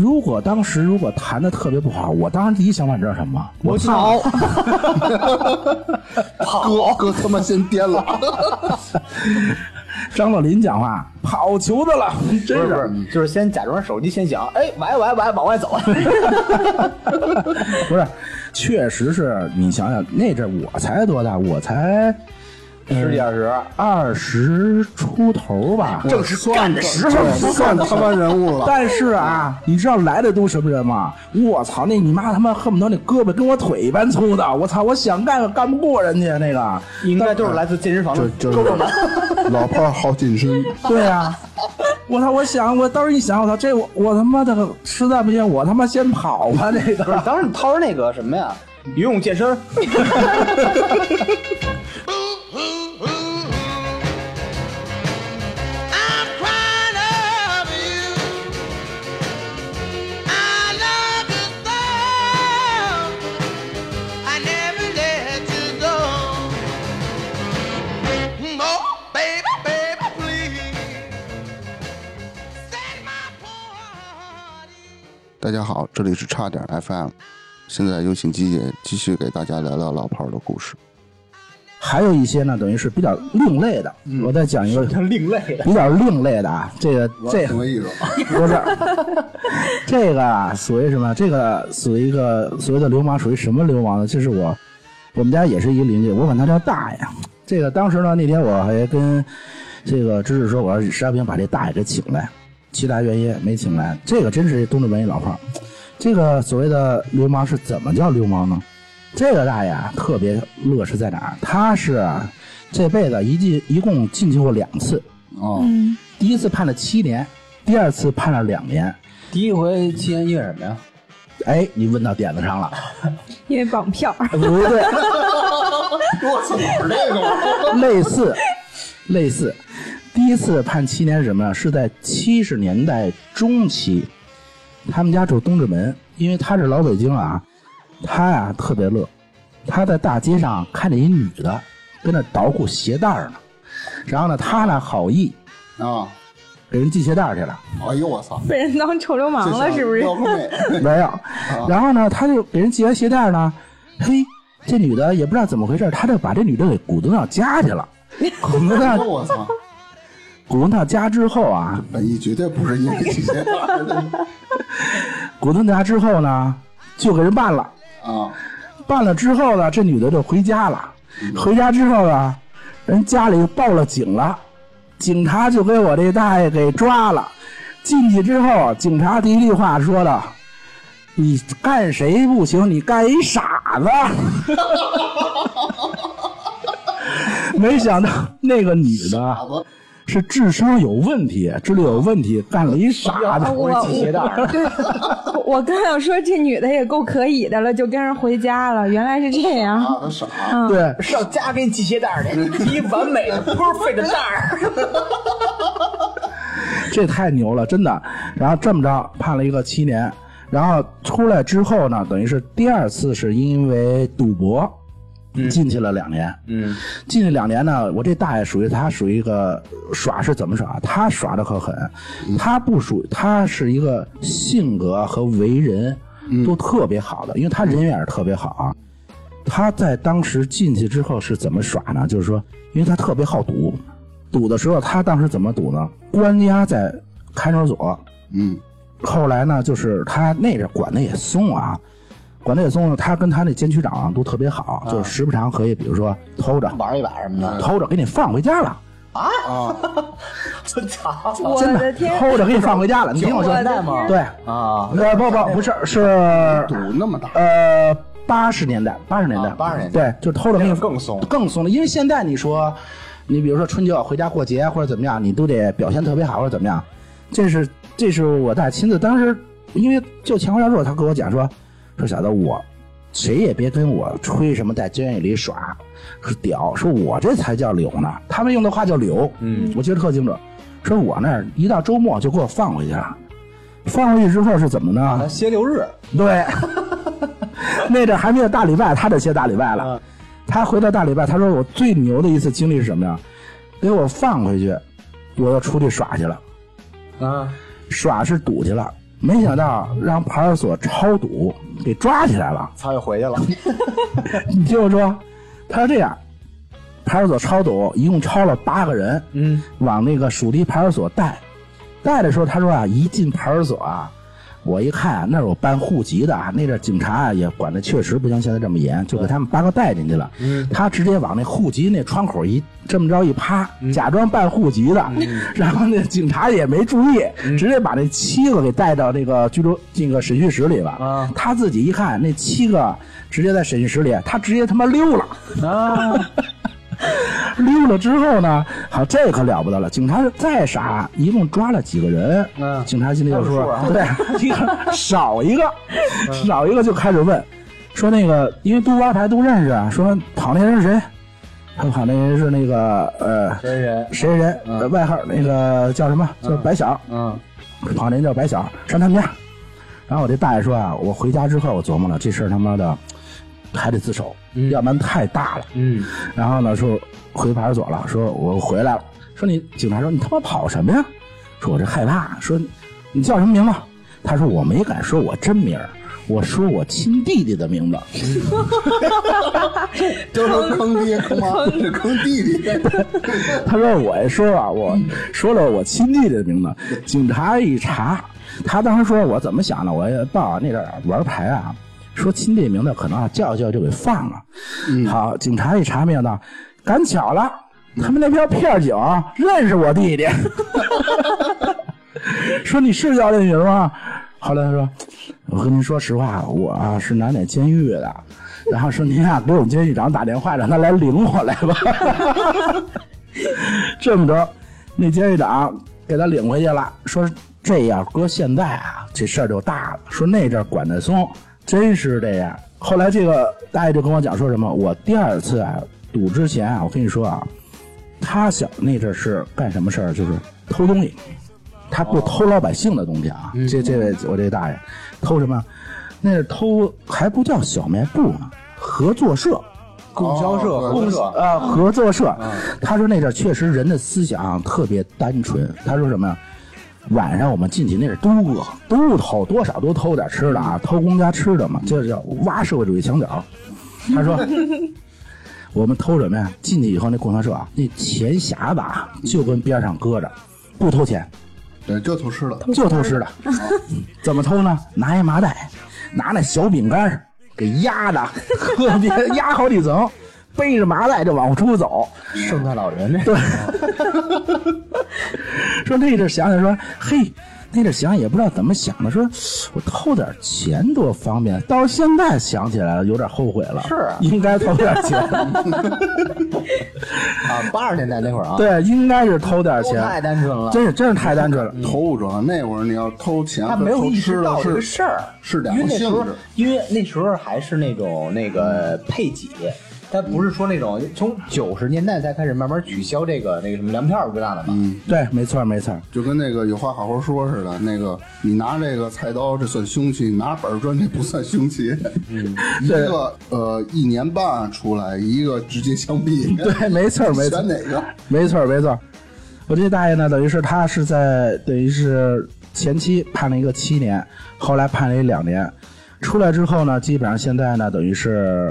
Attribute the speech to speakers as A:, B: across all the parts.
A: 如果当时如果弹的特别不好，我当时第一想法你知道什么吗？我
B: 跑，
C: 哥哥他妈先颠了，
A: 张作霖讲话跑球的了， 真
B: 不是
A: 是
B: 不是，就是先假装手机先响，哎，喂喂喂，往外走。
A: 不是，确实是你想想那阵儿我才多大，我才
B: 十几二十，
A: 二十出头吧，
B: 正是干的时候。
C: 这算他妈人物了。
A: 但是啊，你知道来的都什么人吗？我操，那你妈他妈恨不得那胳膊跟我腿一般粗的，我操，我想干也干不过人家那个。
B: 应该都是来自健身房的
C: 这
B: 哥
C: 这
B: 们儿们。
C: 是 老炮儿好紧身，
A: 对啊， 我操，我想我当时一想，我操，这我我他妈的实在不行，我他妈先跑吧， 这
B: 不是
A: 个。，
B: 当时掏着那个什么呀，游泳健身，
D: Ooh, ooh, ooh, ooh. I'm crying over you. I love you so. I never let you go. Oh, baby, baby, please. Set my party.
C: 大家好，这里是差点 FM，现在有请鸡姐继续给大家聊聊老炮儿的故事。
A: 还有一些呢，等于是比较另类的，我再讲一个
B: 挺另类的。
A: 比较另类的啊，这个这个。
C: 什么意思？
A: 不是，这个啊，属于什么？这个属于一个所谓的流氓，属于什么流氓呢？就是我，我们家也是一个邻居，我管他叫大爷。这个当时呢，那天我还跟这个芝芝说，我要实在不行把这大爷给请来，其他原因没请来。这个真是东直门一老炮儿。这个所谓的流氓是怎么叫流氓呢？这个大爷啊，特别乐是在哪儿？他是啊这辈子一进一共进去过两次，
C: 哦，
E: 嗯
A: 第一次判了七年，第二次判了两年。
B: 第一回吸烟因为什么呀？
A: 哎，你问到点子上了，
E: 因为绑票，
A: 不对，
C: 我操，哪儿那个？
A: 类似， 类似。第一次判七年是什么呀？是在七十年代中期，他们家住东直门，因为他是老北京啊，他呀、特别乐，他在大街上看见一女的跟那捣鼓鞋带儿呢，然后呢，他呢好意
C: 啊，
A: 给人系鞋带儿去了，
C: 哎呦我操！
E: 被人当臭流氓了，是不啊是？
C: 撩妹
F: 哎
A: 没有。然后呢，他就给人系完鞋带儿呢，嘿，这女的也不知道怎么回事，他就把这女的给鼓捣到家去了。鼓捣
C: 哎呦
A: 到
C: 我操！
A: 鼓捣到家之后啊，
C: 本意绝对不是因为这些
A: 鼓捣到家之后呢，就给人办了。
C: 啊，
A: 办了之后呢，这女的就回家了。
C: 嗯
A: 回家之后呢，人家里报了警了，警察就给我这大爷给抓了。进去之后，警察第一句话说的：“你干谁不行，你干一傻 子。”没想到那个女的
C: 子
A: 是智商有问题，智力有问题，干了一傻子。
E: 哎我
B: 系鞋带儿，
E: 对，我刚想说这女的也够可以的了，就跟人回家了，原来是这样。
C: 啊，他傻，
E: 嗯
A: 对，
B: 上家给你系鞋带儿去，系一完美的 perfect 的带儿。
A: 这太牛了，真的。然后这么着判了一个七年，然后出来之后呢，等于是第二次是因为赌博，进去了两年。
B: 嗯，
A: 进去两年呢，我这大爷属于他属于一个耍是怎么耍？他耍的可狠，他不属他是一个性格和为人都特别好的，因为他人缘也是特别好啊。他在当时进去之后是怎么耍呢？就是说，因为他特别好赌，赌的时候他当时怎么赌呢？关押在看守所，
C: 嗯，
A: 后来呢，就是他那阵管的也松啊，管的也松了。他跟他那监区长啊都特别好，就是时不常可以，比如说偷着
B: 玩一把什么的。
A: 偷着给你放回家了，
B: 我操！
E: 我
A: 真
E: 的
A: 的
E: 天，
A: 偷着给你放回家了。你听我说
E: 我，的天，
A: 对，
B: 啊，
A: 呃，不不不是是
C: 赌那么大，
A: 呃八十年代，八十年代，
B: 啊80年代
A: 对，就偷着给你
B: 那更松
A: 更松了。因为现在你说，你比如说春节要回家过节或者怎么样，你都得表现特别好或者怎么样。这是这是我大亲自当时，因为就前回销售他跟我讲说，说小子我谁也别跟我吹什么在监狱里耍是屌，说我这才叫柳呢，他们用的话叫柳，嗯，我记得特清楚。说我那儿一到周末就给我放回去了，放回去之后是怎么呢？
B: 咱歇六日，
A: 对， 那阵儿还没有大礼拜，他得歇大礼拜了。他回到大礼拜，他说我最牛的一次经历是什么呀？给我放回去，我要出去耍去了，
B: 啊，
A: 耍是赌去了。没想到让派出所超堵给抓起来了。
G: 他又回去了，
A: 你听我说，他是这样，派出所超堵，一共超了八个人，嗯，往那个属地派出所带，带的时候他说啊，一进派出所啊，我一看啊那是我办户籍的啊，那阵儿警察啊也管的确实不像现在这么严，就给他们八个带进去了，嗯，他直接往那户籍那窗口一这么着一趴，假装办户籍的，然后那警察也没注意，直接把那七个给带到那个居住那个审讯室里了，
G: 啊
A: 他自己一看那七个直接在审讯室里，他直接他妈溜了。
G: 啊，
A: 溜了之后呢，好，这可了不得了，警察再傻，一共抓了几个人？
G: 嗯
A: 警察心里有数
G: 有数啊， 嗯
A: 对，一 个少一个，少一个就开始问，说那个因为都玩牌都认识啊，说跑那人是谁？他跑那人是那个呃
G: 真人，
A: 谁谁谁，呃外号那个叫什么？叫白小，
G: 嗯，
A: 跑那人叫白小，上他们家。然后我这大爷说啊，我回家之后我琢磨了，这事儿他妈的还得自首，要不然太大了。
G: 嗯，
A: 然后呢，说回派出所了，说我回来了，说你警察说你他妈跑什么呀？说我这害怕，说你叫什么名字？他说我没敢说我真名儿，我说我亲弟弟的名字。
F: 就是说坑爹坑妈，是坑弟弟。
A: 他说我说啊，我说了我亲弟弟的名字，警察一查，他当时说我怎么想的，我也爸那阵儿玩牌啊，说亲弟弟名字可能啊叫一叫就给放了。好，警察一查没想到，赶巧了，他们那边片警认识我弟 弟，说你是叫这名吗？后来他说，我跟您说实话，我啊是南点监狱的。然后说您啊，给我们监狱长打电话，让他来领我来吧。啊这么着，那监狱长给他领回去了，说这样搁现在啊，这事儿就大了。说那阵儿管得松，真是这样。后来这个大爷就跟我讲说什么，我第二次啊赌之前啊，我跟你说啊，他想那阵儿是干什么事儿，就是偷东西，他不偷老百姓的东西啊。这这位我这大爷偷什么？那是偷还不啊叫小卖部呢，合作社。
G: 供销社，
F: 哦
G: 供社，
A: 啊，合作社。他说那阵儿确实人的思想特别单纯。他说什么呀？晚上我们进去那是都饿，都偷，多少都偷点吃的啊，偷公家吃的嘛，这叫挖社会主义墙角。他说。我们偷什么呀？进去以后，那供销社啊，那钱匣子啊，就跟边上搁着，不偷钱，
F: 对，就偷吃了。
A: 就偷吃的。怎么偷呢？拿一麻袋，拿那小饼干儿给压着，特别压好几层，背着麻袋就往出走。
G: 圣诞老人这，
A: 对， 说那阵儿想想说，嘿，那阵儿想也不知道怎么想的，说我偷点钱多方便。到现在想起来了，有点后悔了，
G: 是啊
A: 应该偷点 钱，
G: 啊，八十年代那会儿啊，
A: 对，应该是偷点
G: 都太
A: 钱，
G: 单纯了，啊
A: 真是真是太单纯了。
F: 头不着，那会儿你要偷钱
G: 他
F: 和
G: 没有
F: 偷
G: 意
F: 吃
G: 识
F: 的
G: 到这个
F: 是
G: 事儿，
F: 是两
G: 因为
F: 个
G: 那时
F: 性
G: 候
F: 质。，
G: 因为那时候还是那种那个配给，他不是说那种从九十年代才开始慢慢取消这个那个什么粮票之类的嘛，
A: 对，没错没错。
F: 就跟那个有话好好说似的，那个你拿这个菜刀这算凶器，你拿板砖这不算凶器。
A: 嗯
F: 一个呃一年半出来，一个直接枪 毙。
A: 对没错没错
F: 嗯选哪个？
A: 没错儿没错儿，我这大爷呢，等于是他是在等于是前期判了一个七年，后来判了一两年，出来之后呢，基本上现在呢，等于是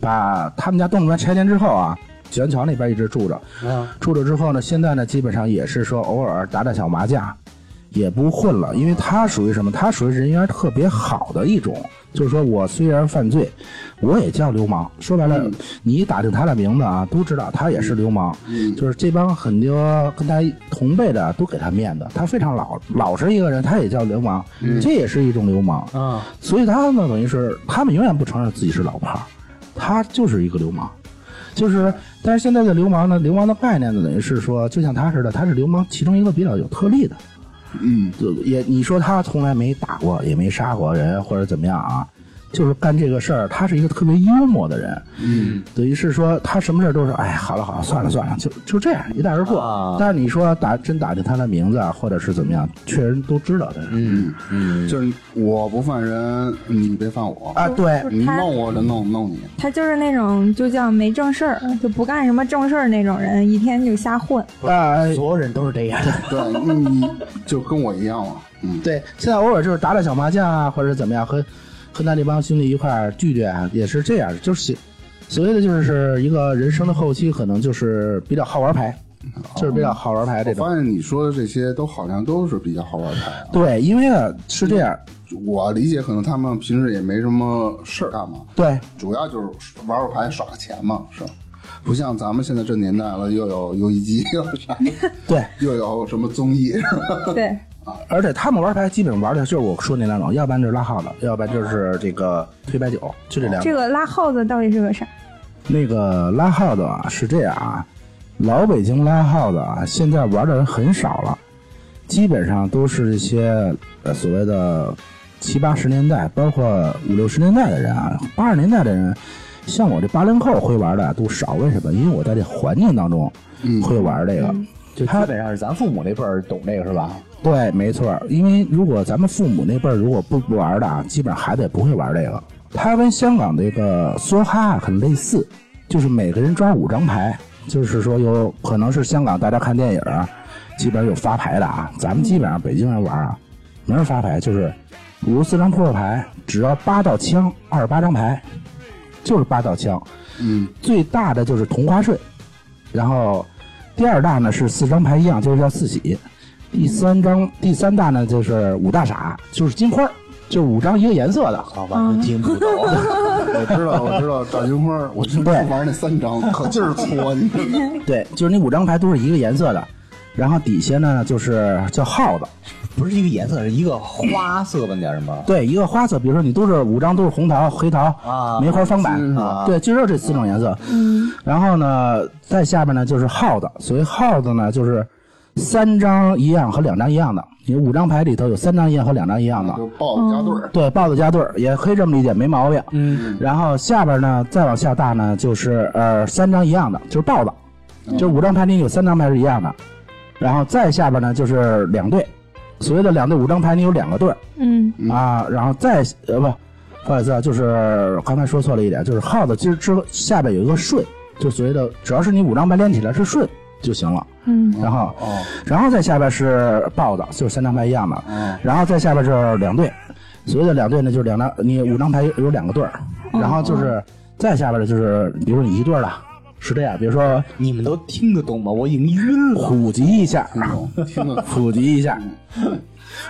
A: 把他们家动物园拆迁之后啊，九元桥那边一直住着，住着之后呢，现在呢，基本上也是说偶尔打打小麻将。也不混了，因为他属于什么？他属于人缘特别好的一种，就是说我虽然犯罪，我也叫流氓。说白了，你一打听他的名字啊，都知道他也是流氓。就是这帮很多跟他同辈的都给他面子，他非常老老实一个人，他也叫流氓，这也是一种流氓。
G: 啊，
A: 所以他呢，等于是他们永远不承认自己是老炮儿，他就是一个流氓。就是，但是现在的流氓呢，流氓的概念呢，等于是说，就像他似的，他是流氓其中一个比较有特例的。
F: 嗯，
A: 就也你说他从来没打过，也没杀过人或者怎么样啊，就是干这个事儿，他是一个特别幽默的人，嗯，等于是说他什么事儿都是，哎，好了好了，算了算了，就就这样一带而过。
G: 啊
A: 但是你说打真打听他的名字啊，或者是怎么样，确实都知道的、嗯
F: 就是我不犯人，你别犯 我。
A: 啊，对，
F: 你弄我就弄弄你，
E: 他就是那种就叫没正事儿，就不干什么正事儿那种人，一天就瞎混。
A: 啊，
G: 所有人都是这样，
F: 对，你就跟我一样嘛。嗯
A: 对，现在偶尔就是打打小麻将啊，或者是怎么样，和和他那帮兄弟一块儿聚聚啊，也是这样，就是喜所谓的就是一个人生的后期，可能就是比较好玩牌，就是比较好玩牌这
F: 我
A: 种。
F: 发现你说的这些都好像都是比较哦好玩牌啊。
A: 对，因为呢是这样，
F: 我理解，可能他们平时也没什么事儿干嘛，
A: 对，
F: 主要就是玩玩牌耍个钱嘛，是吧。不像咱们现在这年代了，又有游戏机，又有啥，
A: 对，
F: 又有什么综艺，是吧？
E: 对，
A: 而且他们玩牌基本上玩的就是我说那两种，要不然就是拉耗子，要不然就是这个推白酒，就这两种
E: 这。个拉耗子到底是个啥？
A: 那个拉耗子啊，是这样啊，老北京拉耗子啊，现在玩的人很少了，基本上都是一些呃所谓的七八十年代，包括五六十年代的人啊，八十年代的人，像我这八零后会玩的啊都少，为什么？因为我在这环境当中会玩这个。
G: 就基本上是咱父母那辈儿懂这个是吧？
A: 对，没错儿。因为如果咱们父母那辈儿如果不不玩的啊，基本上孩子也不会玩这个。它跟香港这个梭哈很类似，就是每个人抓五张牌，就是说有可能是香港大家看电影儿，啊基本上有发牌的啊。咱们基本上北京人玩啊，没人发牌，就是五十四张扑克牌，只要八道枪，二十八张牌，就是八道枪。
F: 嗯，
A: 最大的就是同花顺，然后第二大呢是四张牌一样，就是叫四喜。第三张第三大呢就是五大傻，就是金花儿，就是五张一个颜色的。
G: 好吧，就啊听 不懂。
F: 我知道，我知道，炸金花，我就
A: 对
F: 玩那三张，可劲儿搓你。
A: 对，就是那五张牌都是一个颜色的，然后底下呢就是叫耗子，
G: 不是一个颜色，是一个花色吧？那叫什么？
A: 对，一个花色，比如说你都是五张都是红桃、黑桃、
G: 啊
A: 梅花、方柏
F: 金，
G: 啊
A: 对，就只有这四种颜色。嗯，然后呢，再下面呢就是耗子，所谓耗子呢就是三张一样和两张一样的，你五张牌里头有三张一样和两张一样的，
F: 就豹子加对儿，
A: 对，豹子加对儿也可以这么理解，没毛病。嗯，然后下边呢，再往下大呢，就是呃三张一样的，就是豹子，就是五张牌里有三张牌是一样的，然后再下边呢就是两队，所谓的两队五张牌里有两个队儿
E: 嗯，
A: 啊，然后再呃不，不好意思啊，就是刚才说错了一点，就是耗子其实之后下边有一个顺，就所谓的只要是你五张牌连起来是顺就行了。
E: 嗯，
A: 然后，
F: 哦
A: 然后再下边是豹子，就是三张牌一样的，
F: 嗯
A: 然后再下边就是两队，所谓的两队呢就是两张，你五张牌有有两个队儿，然后就是再下边的就是，比如说你一对儿的，是这样，比如说
G: 你们都听得懂吗？我已经晕了。
A: 普及一下，
F: 听得
A: 普及一下，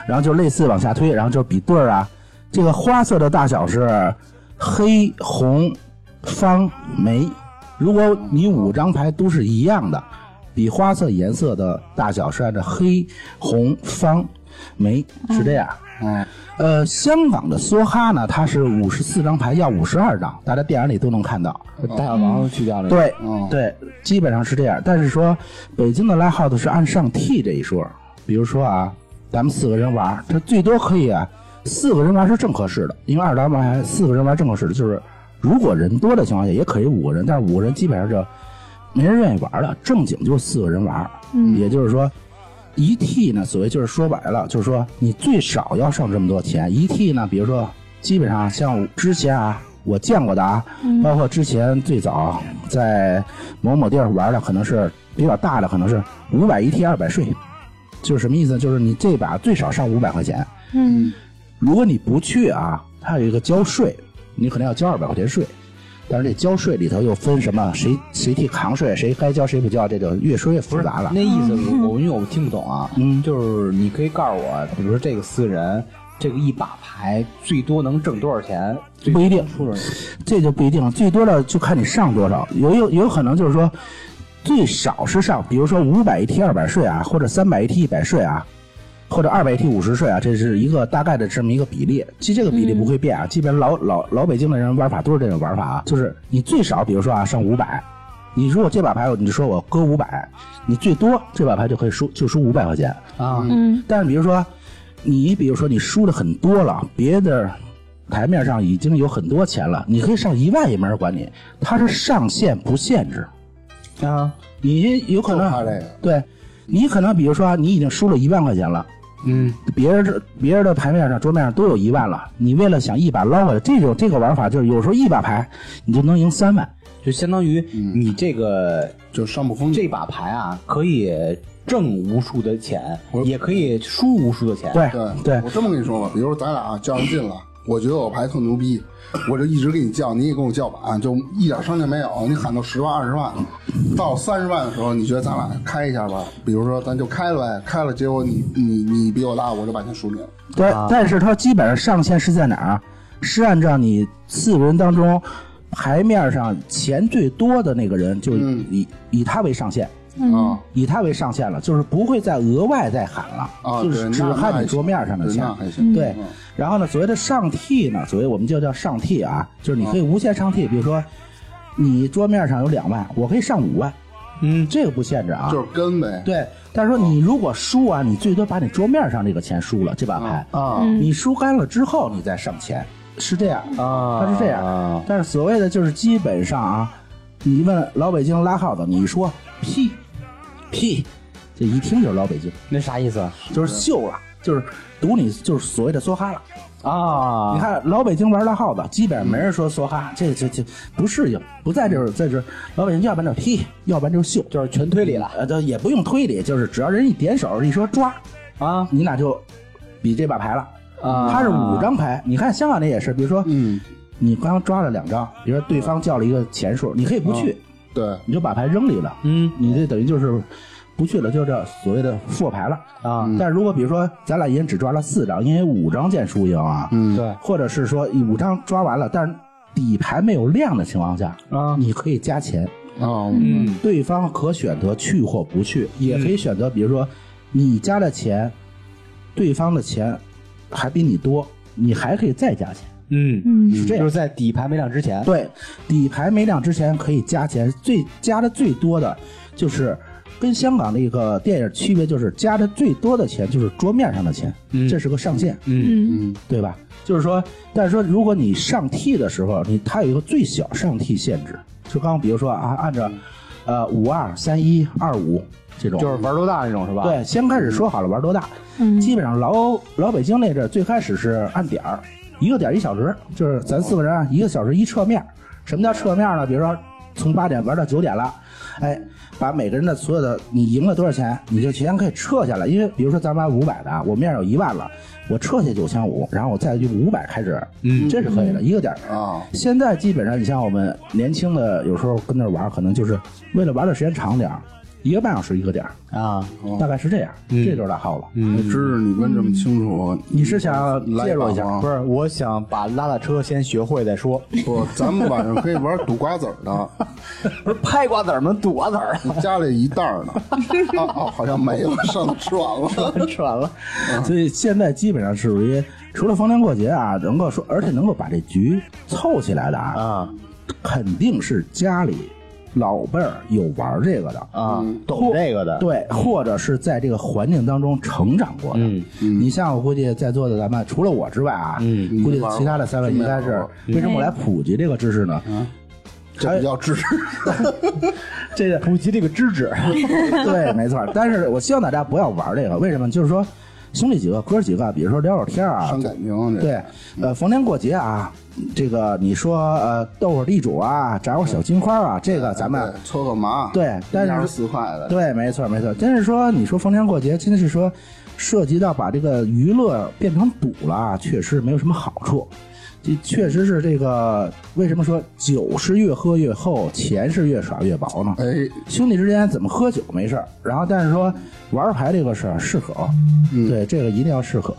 A: 然后就类似往下推，然后就比对儿啊，这个花色的大小是黑、红、方、梅。如果你五张牌都是一样的，比花色颜色的大小是按照黑、红、方、梅是这样。
F: 嗯，
A: 呃，香港的梭哈呢，它是五十四张牌要五十二张，大家电影里都能看到。
G: 大小王去掉了。哦
A: 对，
F: 嗯
A: 对，基本上是这样。但是说，北京的拉耗子是按上屉这一说，比如说啊，咱们四个人玩儿，这最多可以啊，四个人玩儿是正合适的，因为二张牌四个人玩儿正合适的，就是如果人多的情况下也可以五个人，但是五个人基本上就没人愿意玩儿了，正经就四个人玩儿。
E: 嗯
A: 也就是说。一，E T 呢，所谓就是说白了，就是说你最少要上这么多钱。一 T 呢，比如说基本上像之前啊，我见过的啊，包括之前最早在某某地儿玩的，可能是比较大的，可能是五百一 E T 二百税，就是什么意思呢？就是你这把最少上五百块钱，
E: 嗯，
A: 如果你不去啊，它有一个交税，你可能要交二百块钱税。但是这交税里头又分什么，谁谁替扛税，谁该交谁不交，这就越说越复杂了
G: 那。意思我我因为我听不懂啊，
A: 嗯
G: 就是你可以告诉我，比如说这个四人，这个一把牌最多能挣多少钱？最
A: 不一定
G: 多出多少钱
A: 这就不一定了，最多的就看你上多少，有有有可能就是说，最少是上，比如说五百一 T 二百税啊，或者三百一 T 一百税啊，或者二百一 T 五十税啊，这是一个大概的这么一个比例。其实这个比例不会变啊，基本老老老北京的人玩法都是这种玩法啊，就是你最少，比如说啊，上五百，你如果这把牌你说我搁五百，你最多这把牌就可以输就输五百块钱，
G: 啊？
F: 嗯
E: 嗯
A: 但是比如说，你比如说你输的很多了，别的台面上已经有很多钱了，你可以上一万也没人管你，它是上限不限制。
G: 啊，
A: 你有可能
F: 就怕这个
A: 对，你可能比如说啊你已经输了一万块钱了，
G: 嗯，
A: 别人这别人的牌面上桌面上都有一万了，你为了想一把捞回来，这种这个玩法就是有时候一把牌你就能赢三万，
G: 就相当于你这个
F: 就上不封顶
G: 这把牌啊，可以挣无数的钱，也可以输无数的钱。
A: 对
F: 对
A: 对
F: 我这么跟你说吧，比如说咱俩啊较上劲了，我觉得我牌特牛逼，我就一直给你叫，你也跟我叫板，就一点商量没有。你喊到十万、二十万，到三十万的时候，你觉得咱俩开一下吧？比如说咱就开了呗，开了，结果你你你比我大，我就把钱输你了。
A: 对，但是它基本上上限是在哪儿啊？是按照你四个人当中牌面上钱最多的那个人，就
F: 嗯
A: 以、以他为上限，
F: 啊
A: 以他为上限了，就是不会再额外再喊了，
F: 啊，
A: 就
F: 对
A: 是
F: 那
A: 只
F: 那
A: 看
F: 还
A: 你桌
F: 行
A: 面上的
F: 对
A: 钱
F: 那。还行。嗯
A: 对，然后呢，所谓的上替呢，所谓我们就叫上替啊，就是你可以无限上替，比如说你桌面上有两万，我可以上五万，
G: 嗯，
A: 这个不限制啊。
F: 就是跟呗。
A: 对，但是说你如果输啊，你最多把你桌面上这个钱输了，这把牌嗯
F: 啊
A: 你输干了之后，你再上钱，是这样
G: 啊
A: 它是这样
G: 啊。
A: 但是所谓的就是基本上啊，你问老北京拉耗子，你说屁屁，这一听就是老北京，
G: 那啥意思啊？
A: 就是秀了，就是赌你就是所谓的梭哈了。
G: 啊
A: 你看老北京玩大耗子，基本上没人说梭哈，这这这不适应，不在这儿在这儿老北京，要不然就踢，要不然就秀，
G: 就是全推理了
A: 呃，这也不用推理，就是只要人一点手一说抓，
G: 啊
A: 你俩就比这把牌了。
G: 啊
A: 他是五张牌，你看香港那也是，比如说，
F: 嗯，
A: 你刚抓了两张，比如说对方叫了一个钱数，你可以不去，
F: 对，
A: 你就把牌扔里了，
G: 啊嗯
A: 你这等于就是不去了，就这所谓的复牌了。
G: 啊
A: 但如果比如说咱俩一人只抓了四张，因为五张见输赢啊，
F: 嗯
G: 对
A: 或者是说五张抓完了，但是底牌没有亮的情况下，
G: 啊
A: 你可以加钱，
F: 啊，
G: 嗯
A: 对方可选择去或不去，也可以选择，比如说你加了钱，对方的钱还比你多，你还可以再加钱。
G: 嗯，
E: 嗯
A: 是这
G: 就
A: 样
G: 是在底牌没亮之前
A: 对，底牌没亮之前可以加钱，最加的最多的就是跟香港那个电影区别，就是加的最多的钱就是桌面上的钱，这是个上限，
E: 嗯
F: 嗯
A: 对吧？就是说，但是说如果你上替的时候，你它有一个最小上替限制，就刚刚比如说啊，按照呃五二三一二五这种，
G: 就是玩多大那种是吧？
A: 对，先开始说好了玩多大，
E: 嗯
A: 基本上老老北京那阵儿最开始是按点儿，一个点儿一小时，就是咱四个人啊，一个小时一侧面儿。什么叫侧面儿呢？比如说从八点玩到九点了，哎，把每个人的所有的你赢了多少钱，你这钱可以撤下来。因为比如说咱玩五百的啊，我面上有一万了，我撤下九千五，然后我再用五百开始，嗯，这是可以的，一个点儿。
F: 啊，
A: 现在基本上，你像我们年轻的，有时候跟那儿玩儿，可能就是为了玩的时间长点儿，一个半小时一个点儿，
G: 啊，
A: 大概是这样，
G: 嗯
A: 这就是大耗子。
F: 我知识你问这么清楚，
A: 嗯你是想
F: 来
A: 介入一下？
F: 把
G: 不是，我想把拉拉车先学会再说。
F: 不，咱们晚上可以玩赌瓜子儿的，
G: 不是拍瓜子儿吗？赌瓜子儿，
F: 家里一袋儿呢，啊啊，好像没了，上次吃完了。
G: 吃完了。
A: 所以现在基本上是属于除了逢年过节啊，能够说，而且能够把这局凑起来的啊，
G: 啊
A: 肯定是家里老辈儿有玩这个的。
G: 啊，懂这个的，
A: 对，或者是在这个环境当中成长过的。
G: 嗯
A: 你像我估计在座的咱们，除了我之外啊，
G: 嗯
A: 估计其他的三位应该是为什么我来普及这个知识呢？
F: 这不叫知识，
A: 这个
G: 普及这个知 识。
A: 对，没错。但是我希望大家不要玩这个，为什么？就是说，兄弟几个，哥几个，比如说聊聊天啊，
F: 伤感嗯情。这
A: 对，呃，逢年过节啊，这个你说呃，斗会儿地主啊，炸会儿小金花啊，这个咱们
F: 嗯对搓个麻，
A: 对但是
F: 是四块的，
A: 对，没错没错。真是说，你说逢年过节，真是说涉及到把这个娱乐变成赌了啊，确实没有什么好处。这确实是这个，为什么说酒是越喝越厚，钱是越耍越薄呢？
F: 哎，
A: 兄弟之间怎么喝酒没事儿，然后但是说玩牌这个事儿适可，对这个一定要适可。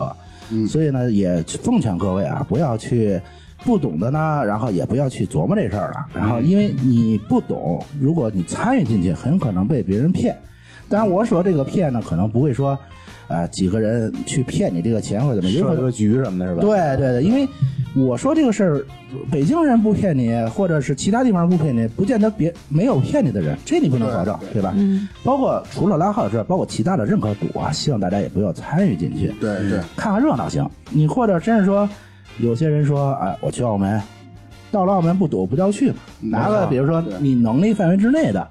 A: 所以呢，也奉劝各位啊，不要去不懂的呢，然后也不要去琢磨这事儿了。然后因为你不懂，如果你参与进去，很可能被别人骗。当然，我说这个骗呢，可能不会说，呃，几个人去骗你这个钱或者怎么，有可
G: 设
A: 能
G: 个局什么的，是吧？
A: 对对对，因为我说这个事儿，北京人不骗你，或者是其他地方不骗你，不见得别没有骗你的人，这你不能保证，对吧？嗯。包括除了拉号之外，包括其他的任何赌啊，希望大家也不要参与进去，
F: 对对，
A: 看看热闹行。你或者真是说，有些人说，哎，我去澳门，到了澳门不赌不叫去嘛，拿个比如说
F: 对
A: 你能力范围之内的。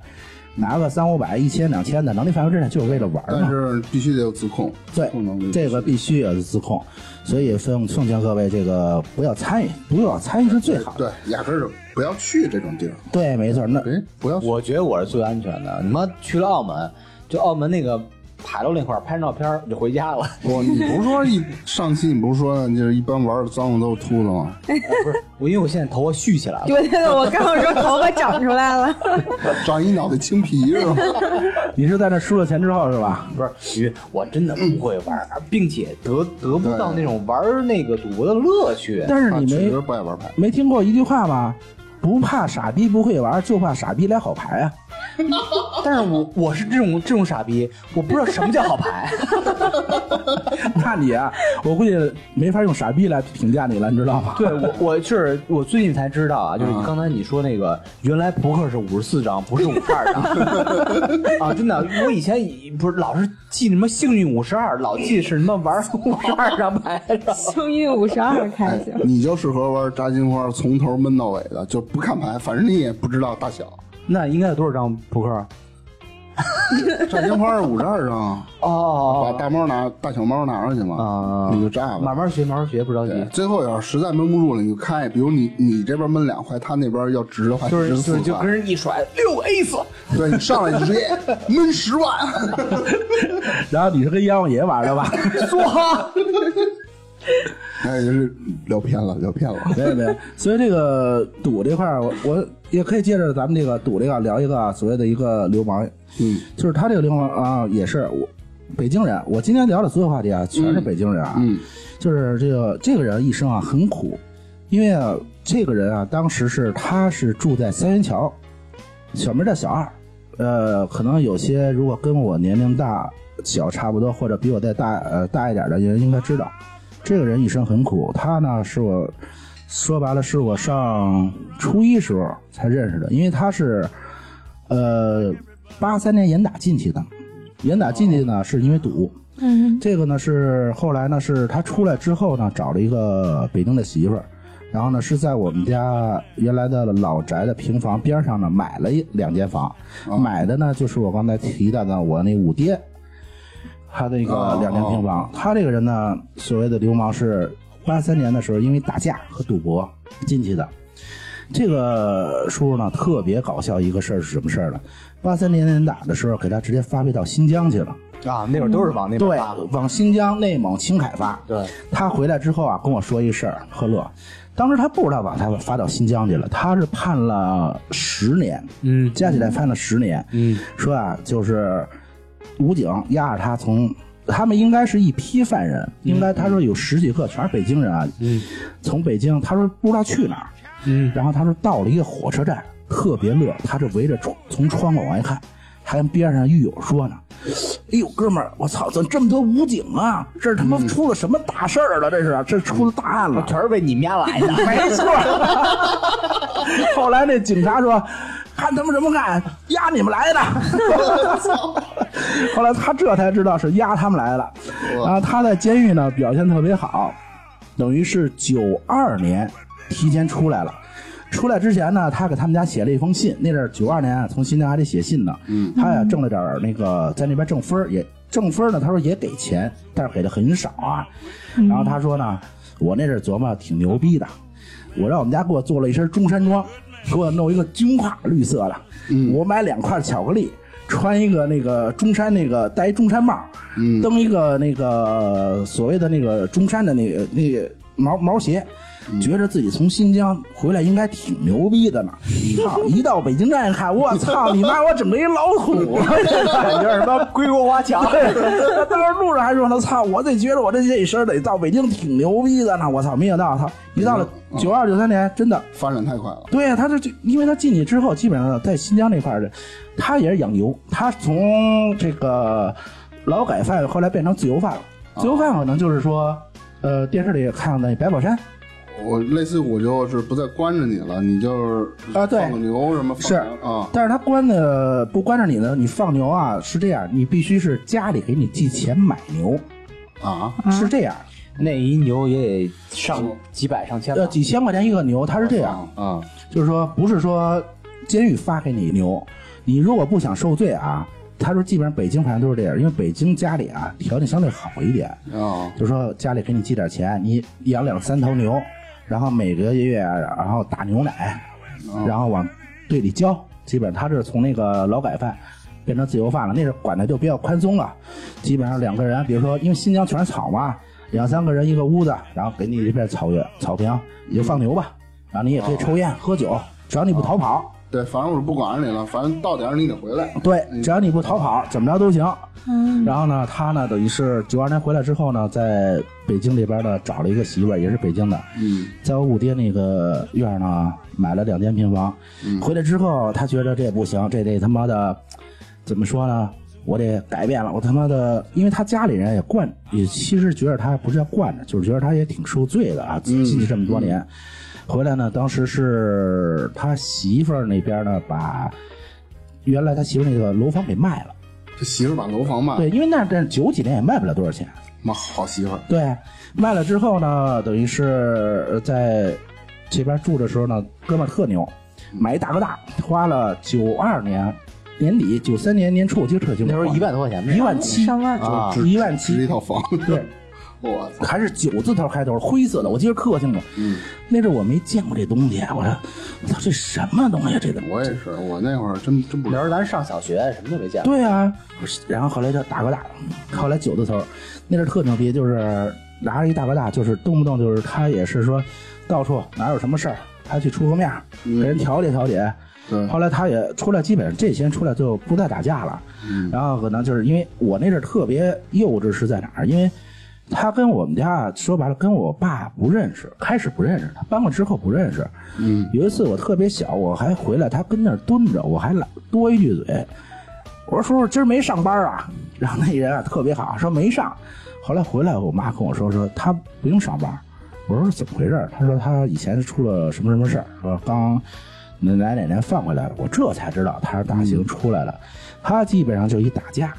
A: 拿个三五百、一千、两千的，能力范围之内就是为了玩儿
F: 但
A: 嘛。
F: 是必须得有自控，
A: 对
F: 控能力，
A: 这个必须也是自控，所以奉奉劝各位，这个不要参与，不要参与是最好的。
F: 对，压根儿就不要去这种地儿，
A: 对，没错，那
F: 哎，不要去。
G: 我觉得我是最安全的。你妈去了澳门，就澳门那个牌楼那块儿拍张照片儿就回家 了。
F: 我你不是说一上期你不是说就是一般玩的脏的都是秃子吗？
G: 我因为我现在头发蓄起来了，
E: 对对对，我刚刚说头发长出来了，
F: 长一脑袋青皮是吧？
A: 你是在那输了钱之后是吧？
G: 不是，因为我真的不会玩儿，并且得得不到那种玩儿那个赌博的乐 趣。
A: 但是
F: 啊
A: 你
F: 确
A: 没
F: 实不爱玩牌，
A: 没听过一句话吗？不怕傻逼不会玩，就怕傻逼来好牌 啊！
G: 但是我我是这种这种傻逼，我不知道什么叫好牌。
A: 那你啊，我估计没法用傻逼来评价你了，你知道吗？
G: 对我我是我最近才知道啊，就是你刚才你说那个，原来扑克是五十四张，不是五十二张 啊！真的，我以前以不是老是记什么幸运五十二，老记是什么玩五十二张牌的。
E: 幸运五十二
G: 哎
E: 开心。
F: 你就适合玩炸金花，从头闷到尾的，就不看牌，反正你也不知道大小。
G: 那应该有多少张扑克啊？
F: 炸金花五十二张，把
G: 哦
F: 大猫拿大小猫拿上去
G: 哦
F: 嘛
G: 啊，，
F: 你就炸
G: 慢嗯
F: 吧。
G: 慢学，慢慢学，不着急
F: 对。最后要是实在闷不住了，你就开。比如你你这边闷两块，他那边要值的话，
G: 就是
F: 值
G: 就
F: 四
G: 是就跟
F: 块。
G: 人一甩六个 A 四，
F: 对你上来就直接 闷十万，
A: 然后你是跟阎王爷玩的 吧？
G: 唰！
F: 哎，就是聊偏了，聊偏了。
A: 没有没有，所以这个赌这块儿，我我也可以接着咱们这个赌这个聊一个啊所谓的一个流氓，
F: 嗯，
A: 就是他这个流氓啊，也是我北京人。我今天聊的所有话题啊，全是北京人啊，
F: 嗯，
A: 就是这个这个人一生啊很苦，因为啊这个人啊，当时是他是住在三元桥，小名叫小二，呃，可能有些如果跟我年龄大小差不多，或者比我再大呃大一点的人应该知道，这个人一生很苦。他呢是我说白了是我上初一时候才认识的，因为他是呃八三年严打进去的，严打进去呢是因为赌。
E: 嗯，
A: 这个呢是后来呢是他出来之后呢找了一个北京的媳妇儿，然后呢是在我们家原来的老宅的平房边上呢买了一两间房，买的呢就是我刚才提到的我那五爹，他的一个
F: 哦
A: 两间平房。他这个人呢，所谓的流氓是八三年的时候因为打架和赌博进去的。这个叔叔呢特别搞笑，一个事儿是什么事儿呢？八三年打的时候给他直接发配到新疆去了。
G: 啊，那会儿都是往那边
A: 对
G: 发的，
A: 往新疆、内蒙、青海发。
G: 对，
A: 他回来之后啊，跟我说一事儿，贺乐，当时他不知道把他发到新疆去了，他是判了十年，
G: 嗯
A: 加起来判了十年。
G: 嗯，
A: 说啊，就是武警押着他从。他们应该是一批犯人，应
G: 嗯
A: 该他说有十几个，全是北京人啊。嗯，从北京，他说不知道去哪儿，
G: 嗯，
A: 然后他说到了一个火车站，特别热，他就围着窗从窗户往外看，还跟边上狱友说呢：“哎呦，哥们儿，我操，怎么这么多武警啊？这是他
G: 嗯
A: 妈出了什么大事儿了？这是这出了大案了！”
G: 全是为你们家来的。
A: 没错。后来那警察说：“看他们什么看，压你们来的。”后来他这才知道是压他们来的。然后他在监狱呢表现特别好，等于是九二年提前出来了。出来之前呢，他给他们家写了一封信。那阵儿九二年啊，从新疆还得写信呢。嗯，他呀挣了点儿那个，在那边挣分儿也挣分儿呢。他说也给钱，但是给的很少啊。然后他说呢，我那阵儿琢磨挺牛逼的，我让我们家给我做了一身中山装，给我弄一个军挎，绿色的。我买两块巧克力，穿一个那个中山那个戴一中山帽，嗯，蹬一个那个所谓的那个中山的那个那个毛毛鞋。觉着自己从新疆回来应该挺牛逼的呢，操！一到北京站一看，我操你妈！我整个一老土，
G: 感觉什么归国华 侨？
A: 他当时路上还说呢，操，我得觉得我这这一身得到北京挺牛逼的呢，我操，没想到他一到了九二九三年，真的，
F: 发展太快了。
A: 对啊呀，他这就因为他进去之后，基本上在新疆那块儿的，他也是养牛，他从这个劳改犯后来变成自由犯了，自由犯可能就是说，呃，电视里也看到那百宝山，
F: 我类似于我就是不再关着你了，你就是
A: 啊对
F: 放个牛什么放
A: 是
F: 啊，
A: 但是他关的不关着你呢，你放牛啊是这样，你必须是家里给你寄钱买牛，
F: 啊，
A: 是这样，
G: 那一牛也得上几百上千吧
A: 呃，。几千块钱一个牛，他是这样。
F: 啊，
A: 就是说不是说监狱发给你牛，你如果不想受罪啊，他说基本上北京牌都是这样，因为北京家里啊条件相对好一点，
F: 啊，
A: 就说家里给你寄点钱，你养两三头牛，然后每个月然后打牛奶，然后往队里交。基本上他是从那个劳改犯变成自由犯了，那是管的就比较宽松了。基本上两个人，比如说因为新疆全是草嘛，两三个人一个屋子，然后给你一片草原草坪，你就放牛吧。然后你也可以抽烟、喝酒，只要你不逃跑。
F: 对，反正我是不管着你了，反正到点儿你得回来。
A: 对，只要你不逃跑，怎么着都行。
E: 嗯
A: 然后呢，他呢，等于是九二年回来之后呢，在北京这边呢找了一个媳妇儿，也是北京的，
F: 嗯，
A: 在我五爹那个院儿呢买了两间平房。回来之后，他觉得这不行，这得他妈的怎么说呢？我得改变了，我他妈的，因为他家里人也惯，也其实觉得他不是要惯着，就是觉得他也挺受罪的啊，进去这么多年。回来呢，当时是他媳妇儿那边呢，把原来他媳妇儿那个楼房给卖了。
F: 这媳妇儿把楼房
G: 啊
F: 卖了，
A: 对，因为那但是九几年也卖不了多少钱。
F: 妈好媳妇儿，
A: 对，卖了之后呢，等于是呃在这边住的时候呢，哥们儿特牛，
G: 嗯
A: 买一大哥大，花了九二年年底，九三年年初，我记得特清楚，
G: 那时候一万多块钱呗，
A: 一万七，
E: 上万
G: 啊
F: 只
A: 一万
F: 只一
A: 七，
F: 套房，
A: 对，
F: 我操，
A: 还是九字头开头，灰色的，我记得特清楚。
F: 嗯，
A: 那阵儿我没见过这东西，啊我说，我操，这什么东西？这怎么？
F: 我也是，我那会儿真真不
G: 那时候咱上小学，什么都没见过。
A: 对啊，然后后来就大哥大，后来九字头，那阵儿特牛逼，就是拿着一大哥大，就是动不动就是他也是说到处哪有什么事儿，他去出个面儿，给人调解调解。
F: 对
A: 后来他也出来，基本上这些人出来就不再打架了。然后可能就是因为我那阵儿特别幼稚是在哪儿？因为他跟我们家说白了跟我爸不认识，开始不认识，他搬过之后不认识。嗯，有一次我特别小，我还回来，他跟那儿蹲着，我还懒多一句嘴，我说叔叔今儿没上班啊， 然后那人啊特别好，说没上。后来回来，我妈跟我说说他不用上班。我说怎么回事儿？他说他以前是出了什么什么事儿，说刚哪哪哪年放回来了。我这才知道他是大刑出来了。他基本上就一打架，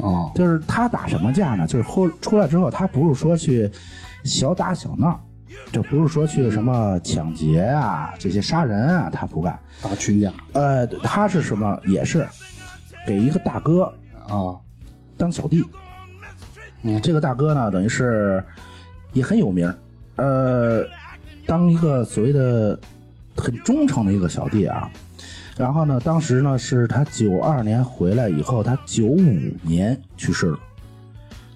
F: 哦，
A: 就是他打什么架呢？就是后出来之后，他不是说去小打小闹，就不是说去什么抢劫啊这些杀人啊，他不干。
F: 打群架
A: 呃，他是什么？也是给一个大哥
G: 哦
F: 啊，
A: 当小弟。嗯，这个大哥呢，等于是也很有名儿，呃，当一个所谓的很忠诚的一个小弟啊。然后呢，当时呢是他九二年回来以后，他九五年去世了。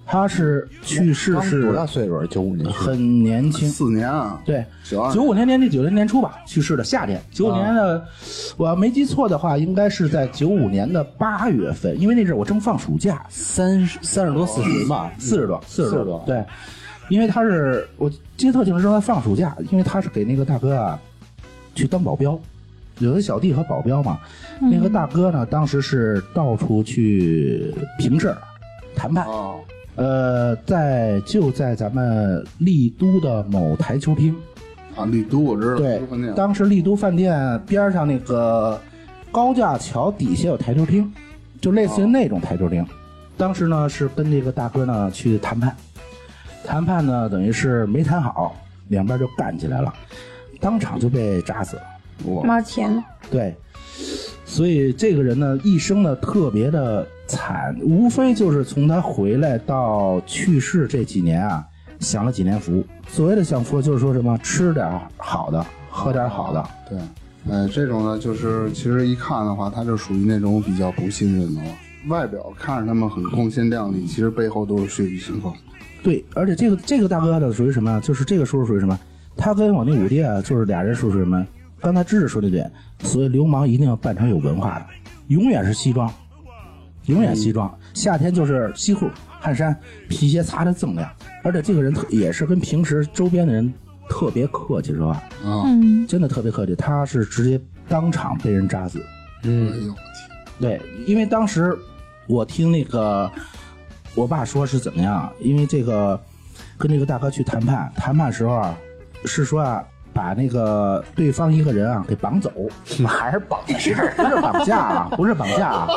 A: 他是去世
G: 刚
A: 是
G: 多大岁数啊？九五年去世，
A: 很年轻，
F: 四年啊，
A: 对，
F: 92
A: 九五年年底九零年初吧去世的，夏
G: 啊
A: 天。九五年的，我要没记错的话，应该是在九五年的八月份，因为那阵儿我正放暑假，哦
G: 三十三十多四十吧，
A: 四十多，四十
G: 40多
A: 对，因为他是我记得特清楚，他放暑假，因为他是给那个大哥啊去当保镖，有的小弟和保镖嘛，那个大哥呢，当时是到处去平事儿谈判，
F: 啊，
A: 呃，在就在咱们丽都的某台球厅，
F: 啊，丽都我知道，
A: 对
F: 丽都饭店，
A: 当时丽都饭店边儿上那个高架桥底下有台球厅，就类似于那种台球厅。当时呢是跟这个大哥呢去谈判，谈判呢等于是没谈好，两边就干起来了，当场就被炸死了。
F: 我
E: 冒钱了，
A: 对，所以这个人呢，一生呢特别的惨，无非就是从他回来到去世这几年啊，享了几年福。所谓的享福，就是说什么吃点儿好的，喝点儿好的，
F: 对，呃，这种呢，就是其实一看的话，他就属于那种比较不信任的了。外表看着他们很光鲜亮丽，其实背后都是血雨腥风。
A: 对，而且这个这个大哥呢，属于什么呀？就是这个叔叔属于什么？他跟我那五爹啊，就是俩人属于什么？刚才知识说的对，所以流氓一定要扮成有文化的，永远是西装，永远西装，夏天就是西裤、汗衫、皮鞋擦的锃亮。而且这个人特也是跟平时周边的人特别客气，说话
E: 嗯，
A: 真的特别客气。他是直接当场被人扎死，
F: 哎
G: 嗯
F: 呦，我天！
A: 对，因为当时我听那个我爸说是怎么样，因为这个跟这个大哥去谈判，谈判时候啊是说啊把那个对方一个人啊给绑走，
G: 还是绑的事儿。
A: 不是绑架 啊，不是绑架啊，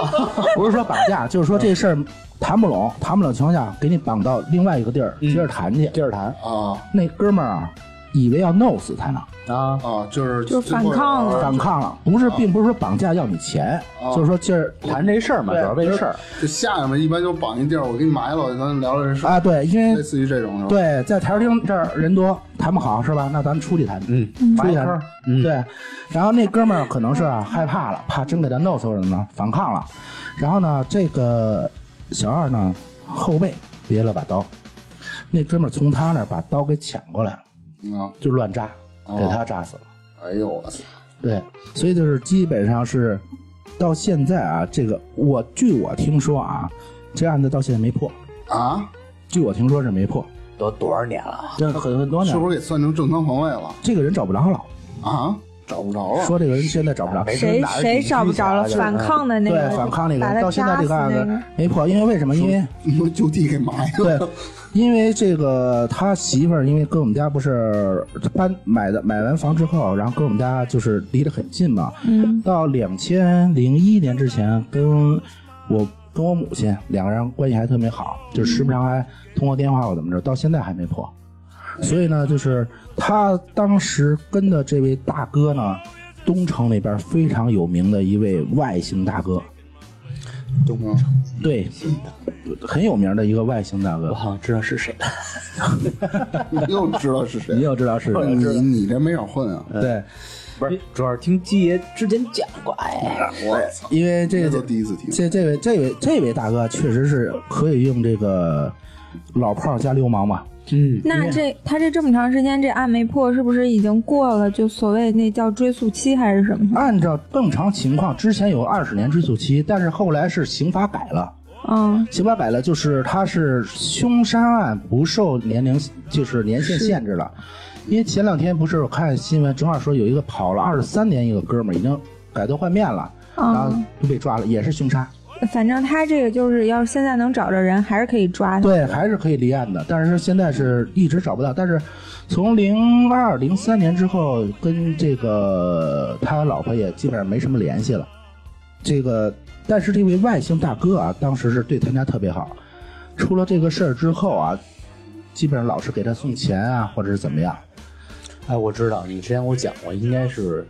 A: 不是说绑架，就是说这事儿谈不拢，嗯谈不拢情况下给你绑到另外一个地儿接着谈去。
G: 接着谈，
F: 啊，
A: 那哥们儿啊以为要弄死他呢，
G: 啊，
F: 啊，就是
E: 就是反抗了
A: 反抗了，不是，并不是说绑架要你钱，就是说今儿
G: 谈这事儿嘛，主要为这事儿。
F: 就下面一般就绑一地儿，我给你埋了，咱聊聊这事儿，
A: 啊，对，因
F: 类
A: 为
F: 似于这种是吧？
A: 对在台球厅这儿人多，谈不好是吧？那咱们出去谈，
G: 嗯，
A: 出
G: 白
A: 去
G: 坑
A: 谈
G: 儿，，嗯，
A: 对。然后那哥们儿可能是啊害怕了，怕真给他弄死或者什么的，反抗了。然后呢，这个小二呢后背别了把刀，那哥们儿从他那儿把刀给抢过来了，
F: 对啊，
A: 就乱扎，给
F: 哦
A: 他扎死了。
F: 哎呦我操，
A: 对，所以就是基本上是到现在啊，这个我据我听说啊，这案子到现在没破，
F: 啊，
A: 据我听说是没破，
G: 都多少年了？
A: 这很很多
F: 哦是
A: 年
F: 不
A: 了，
F: 是给算成正当防卫了
A: 这个人找不着了，
F: 啊？找不着了，
A: 说这个人现在找不着。
G: 没
E: 谁
G: 哪儿
E: 谁
G: 你
E: 找不
G: 去想
E: 着了？
G: 就是
E: 反抗的那个，
A: 嗯对，反抗那个
E: 把
A: 人
E: 他
A: 到现在
E: 扎
A: 这
E: 死
A: 个案
E: 那
A: 子没破，因为为什么？因为
F: 你说 就地给埋了，
A: 对，因为这个他媳妇儿，因为跟我们家不是搬买的买完房之后，然后跟我们家就是离得很近嘛。
E: 嗯，
A: 到两千零一年之前，跟我跟我母亲两个人关系还特别好，就时不常还通过电话或怎么着，到现在还没破。所以呢，就是他当时跟的这位大哥呢，东城那边非常有名的一位外姓大哥，
F: 嗯
A: 对，很有名的一个外姓大
G: 我
A: 哥，
G: 好像知道是谁了。
F: 嗯又知道是谁
A: 你
F: 了。
A: 要知道是谁
F: 你你这没少混啊！
A: 对，
G: 不是，主要是听基爷之前讲过，哎，
F: 我操，
A: 因为这个
F: 这都第一次听。
A: 哎这这位这位这位大哥确实是可以用这个老炮儿加流氓嘛，
G: 嗯，
E: 那这他这这么长时间这案没破，是不是已经过了？就所谓那叫追诉期还是什么？
A: 按照正常情况，之前有二十年追诉期，但是后来是刑法改了。
E: 嗯，
A: 刑法改了，就是它是凶杀案不受年龄就是年限限制了，因为前两天不是我看新闻，正好说有一个跑了二十三年一个哥们儿已经改头换面了，
E: 嗯
A: 然后就被抓了，也是凶杀，
E: 反正他这个就是要是现在能找着人，还是可以抓他。
A: 对，还是可以立案的，但是现在是一直找不到。但是从零二零三年之后，跟这个他老婆也基本上没什么联系了。这个，但是这位外姓大哥啊，当时是对他家特别好。出了这个事儿之后啊，基本上老是给他送钱啊，或者是怎么样。
G: 哎，我知道，你之前给我讲过，应该是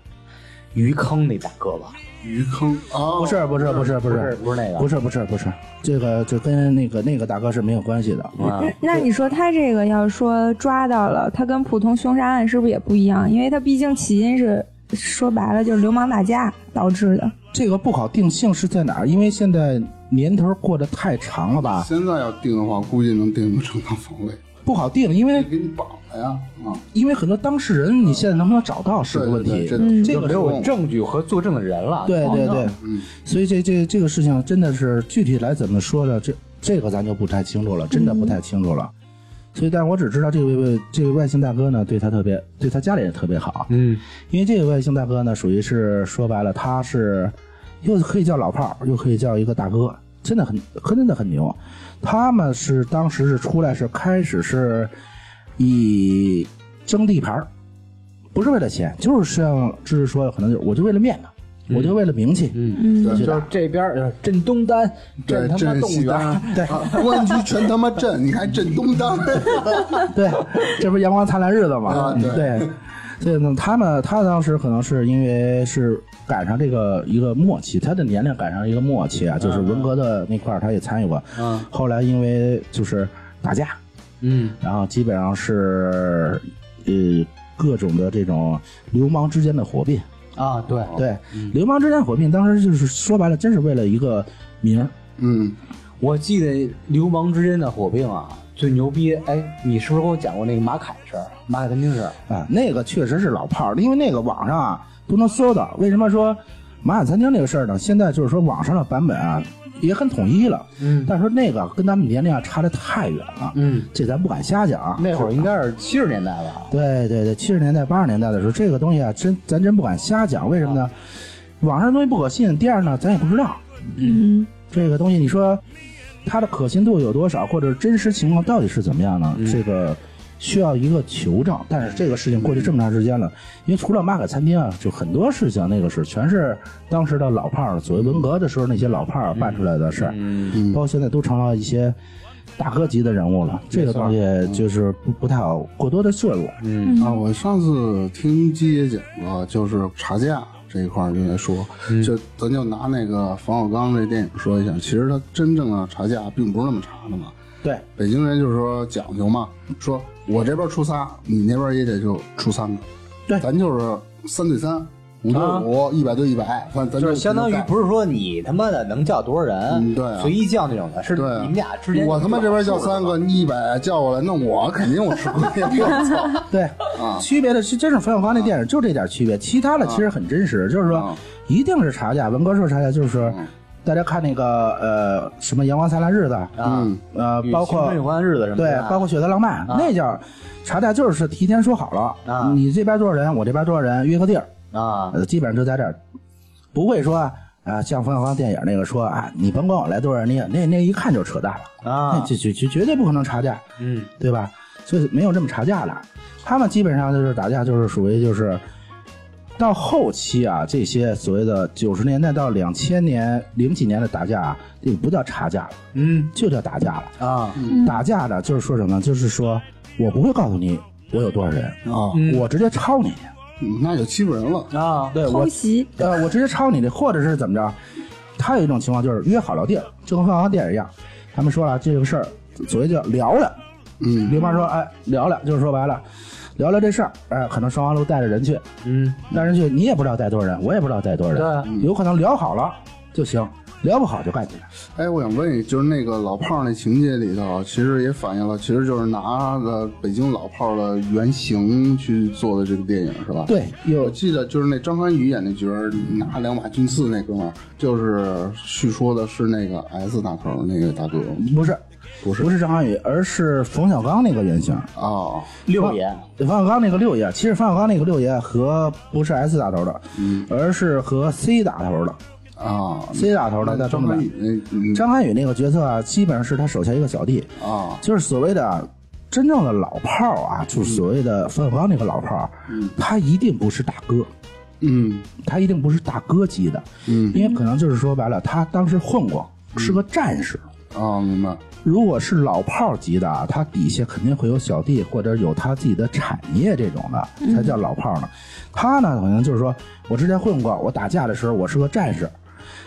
G: 鱼坑那大哥吧？
F: 鱼坑啊，
A: 不是，不是，不是，不
G: 不
A: 是，
G: 不是那个，
A: 不
G: 是
A: 是，不是，不是，这个就跟那个那个大哥是没有关系的。
G: 啊，
E: 那你说他这个要说抓到了，他跟普通凶杀案是不是也不一样？因为他毕竟起因是说白了就是流氓打架导致的。
A: 这个不好定性是在哪儿，因为现在年头过得太长了吧，
F: 现在要定的话，估计能定成正当防卫，
A: 不好定，因为
F: 给你绑了呀啊！
A: 因为很多当事人，你现在能不能找到是
F: 对
A: 个问题。
F: 对对
E: 嗯
A: 这
G: 就
A: 个
G: 没
A: 是
G: 有证据和作证的人了。
A: 对
G: 不好
A: 对
G: 弄
A: 对，
F: 嗯
A: 所以这这这个事情真的是具体来怎么说呢？这这个咱就不太清楚了，真的不太清楚了。
F: 嗯
A: 所以，但我只知道这位这位外姓大哥呢，对他特别，对他家里人特别好。
G: 嗯，
A: 因为这个外姓大哥呢，属于是说白了，他是又可以叫老炮儿，又可以叫一个大哥，真的很，真的很牛。他们是当时是出来是开始是以争地盘儿，不是为了钱，就是像知识说的，可能就是我就为了面子，我就为了名气，
E: 嗯，
A: 对
G: 就是这边儿呃镇东单，
F: 对
G: 镇，他妈
F: 镇
G: 动物
F: 西
G: 园
F: 单
G: 儿，，
A: 对
F: 啊公安局全他妈镇，你还镇东单？
A: 对，这不是阳光灿烂日子
F: 啊
A: 吗？嗯
F: 对
A: 对，所以呢，他们他当时可能是因为是赶上这个一个末期，他的年龄赶上一个末期啊，就是文革的那块儿他也参与过，
G: 嗯
A: 后来因为就是打架，
G: 嗯，
A: 然后基本上是呃各种的这种流氓之间的火并，
G: 啊，对，
A: 对，流氓之间火并，当时就是说白了，真是为了一个名儿。
F: 嗯，
G: 我记得流氓之间的火并啊，最牛逼。哎，你是不是给我讲过那个马凯事儿？马凯餐厅事儿？
A: 啊，那个确实是老炮儿，因为那个网上啊都能搜到。为什么说马雅餐厅这个事儿呢？现在就是说网上的版本啊也很统一了，
G: 嗯
A: 但是说那个跟咱们年龄啊差得太远了，
G: 嗯，
A: 这咱不敢瞎讲。啊
G: 那会儿应该是七十年代吧？
A: 对对对，七十年代八十年代的时候，这个东西啊真咱真不敢瞎讲，为什么
G: 啊
A: 呢？网上的东西不可信，第二呢咱也不知道
E: 嗯，
A: 这个东西，你说它的可信度有多少，或者真实情况到底是怎么样呢？这个需要一个求证。但是这个事情过去这么长时间了，因为除了马可餐厅啊，就很多事情那个是全是当时的老炮儿，所谓文革的时候那些老炮儿办出来的事儿，
G: 嗯
A: 包括现在都成了一些大哥级的人物了，这个东西就是不不太好过多的摄入。
F: 啊，我上次听鸡姐讲过，就是查价这一块儿就在说，
A: 嗯
F: 就咱就拿那个冯小刚这电影说一下，其实他真正的查价并不是那么查的嘛。
A: 对，
F: 北京人就是说讲究嘛，说我这边出仨，你那边也得就出三个，
A: 对
F: 咱就是三对三，五对五，一百对一百，反正咱
G: 啊就是相当于
F: 干
G: 不是说你他妈的能叫多少人，
F: 嗯对啊
G: 随意叫那种的，是你
F: 对，
G: 们俩之间
F: 我他妈这边叫三
G: 个，
F: 个，你一百叫过来，那我肯定我吃亏，我 操！
A: 对，区别的是，真是冯小刚那电影就这点区别，其他的其实很真实，就是说
F: 啊
A: 一定是查价，文革时候查价就是。大家看那个呃什么《阳光灿烂日子》
G: 啊
F: 嗯，
A: 呃，包括
G: 有关日子什么
A: 对
G: 的，，
A: 包括《血色浪漫》那叫查价，就是提前说好了，
G: 啊
A: 你这边多少人，我这边多少人，约个地儿，
G: 啊
A: 呃，基本上就在这儿，不会说啊、像冯小刚电影那个说啊，你甭管我来多少人，你那那一看就扯淡了，那
G: 啊，
A: 这绝绝绝对不可能查价，
G: 嗯
A: 对吧？所以没有这么查价的，他们基本上就是打架，就是属于就是到后期啊，这些所谓的九十年代到两千年零几年的打架，啊，这不叫查价了，
G: 嗯
A: 就叫打架了。
G: 啊
A: 打架的就是说什么？就是说我不会告诉你我有多少人啊，我直接抄你。
F: 嗯那有欺负人了。
G: 啊，
A: 对我
E: 偷袭，
A: 呃，我直接抄你的，或者是怎么着？他有一种情况就是约好了地儿，就跟放完电影一样，他们说了这个事儿，所谓叫聊聊。
F: 嗯，
A: 刘妈说，哎，聊聊，就是说白了，聊聊这事儿，哎，可能双方都带着人去，
G: 嗯
A: 带人去，你也不知道带多少人，我也不知道带多少人，
G: 对
A: 有可能聊好了就行，聊不好就干起来。
F: 哎，我想问一，就是那个老炮儿那情节里头，其实也反映了，其实就是拿的北京老炮儿的原型去做的这个电影，是吧？。
A: 对，
F: 我
A: 有
F: 记得就是那张涵予演那角儿，拿两把军刺那哥们儿，就是叙说的是那个 S 打头儿那个大哥
A: 不是不是不是张涵予，而是冯小刚那个原型。
F: 哦，
G: 六 爷
A: 冯小刚那个六爷，其实冯小刚那个六爷和不是 S 打头的，而是和 C 打头的
F: 啊，
A: ，C 打头的
F: 那
A: 在
F: 张
A: 东
F: 涵
A: 北
F: 予。那嗯
A: 张涵予那个角色啊，基本上是他手下一个小弟，
F: 啊，
A: 就是所谓的真正的老炮儿啊，就是所谓的冯小刚那个老炮儿，他一定不是大哥，
F: 嗯
A: 他一定不是大哥级的，
F: 嗯
A: 因为可能就是说白了，他当时混过，是个战士。
F: 啊，明白。
A: 如果是老炮儿级的啊，他底下肯定会有小弟或者有他自己的产业这种的，才叫老炮儿呢。他呢，可能就是说我之前混过，我打架的时候我是个战士。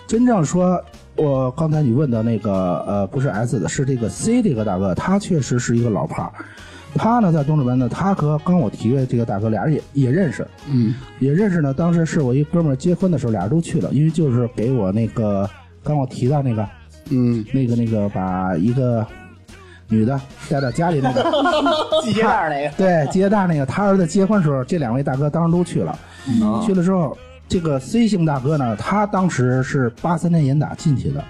A: 真正说，我刚才你问的那个呃，不是 S 的，是这个 C 这个大哥，他确实是一个老炮儿。他呢，在东直门呢，他和刚我提的这个大哥俩人也也认识，
F: 嗯
A: 也认识呢。当时是我一哥们儿结婚的时候，俩人都去了，因为就是给我那个刚我提到那个
F: 嗯，
A: 那个那个把一个女的带到家里那个，
G: 系鞋带儿那个
A: 对，接大那个他儿子结婚时候，这两位大哥当时都去了。去了之后，这个 C 姓大哥呢，他当时是八三年严打进去的，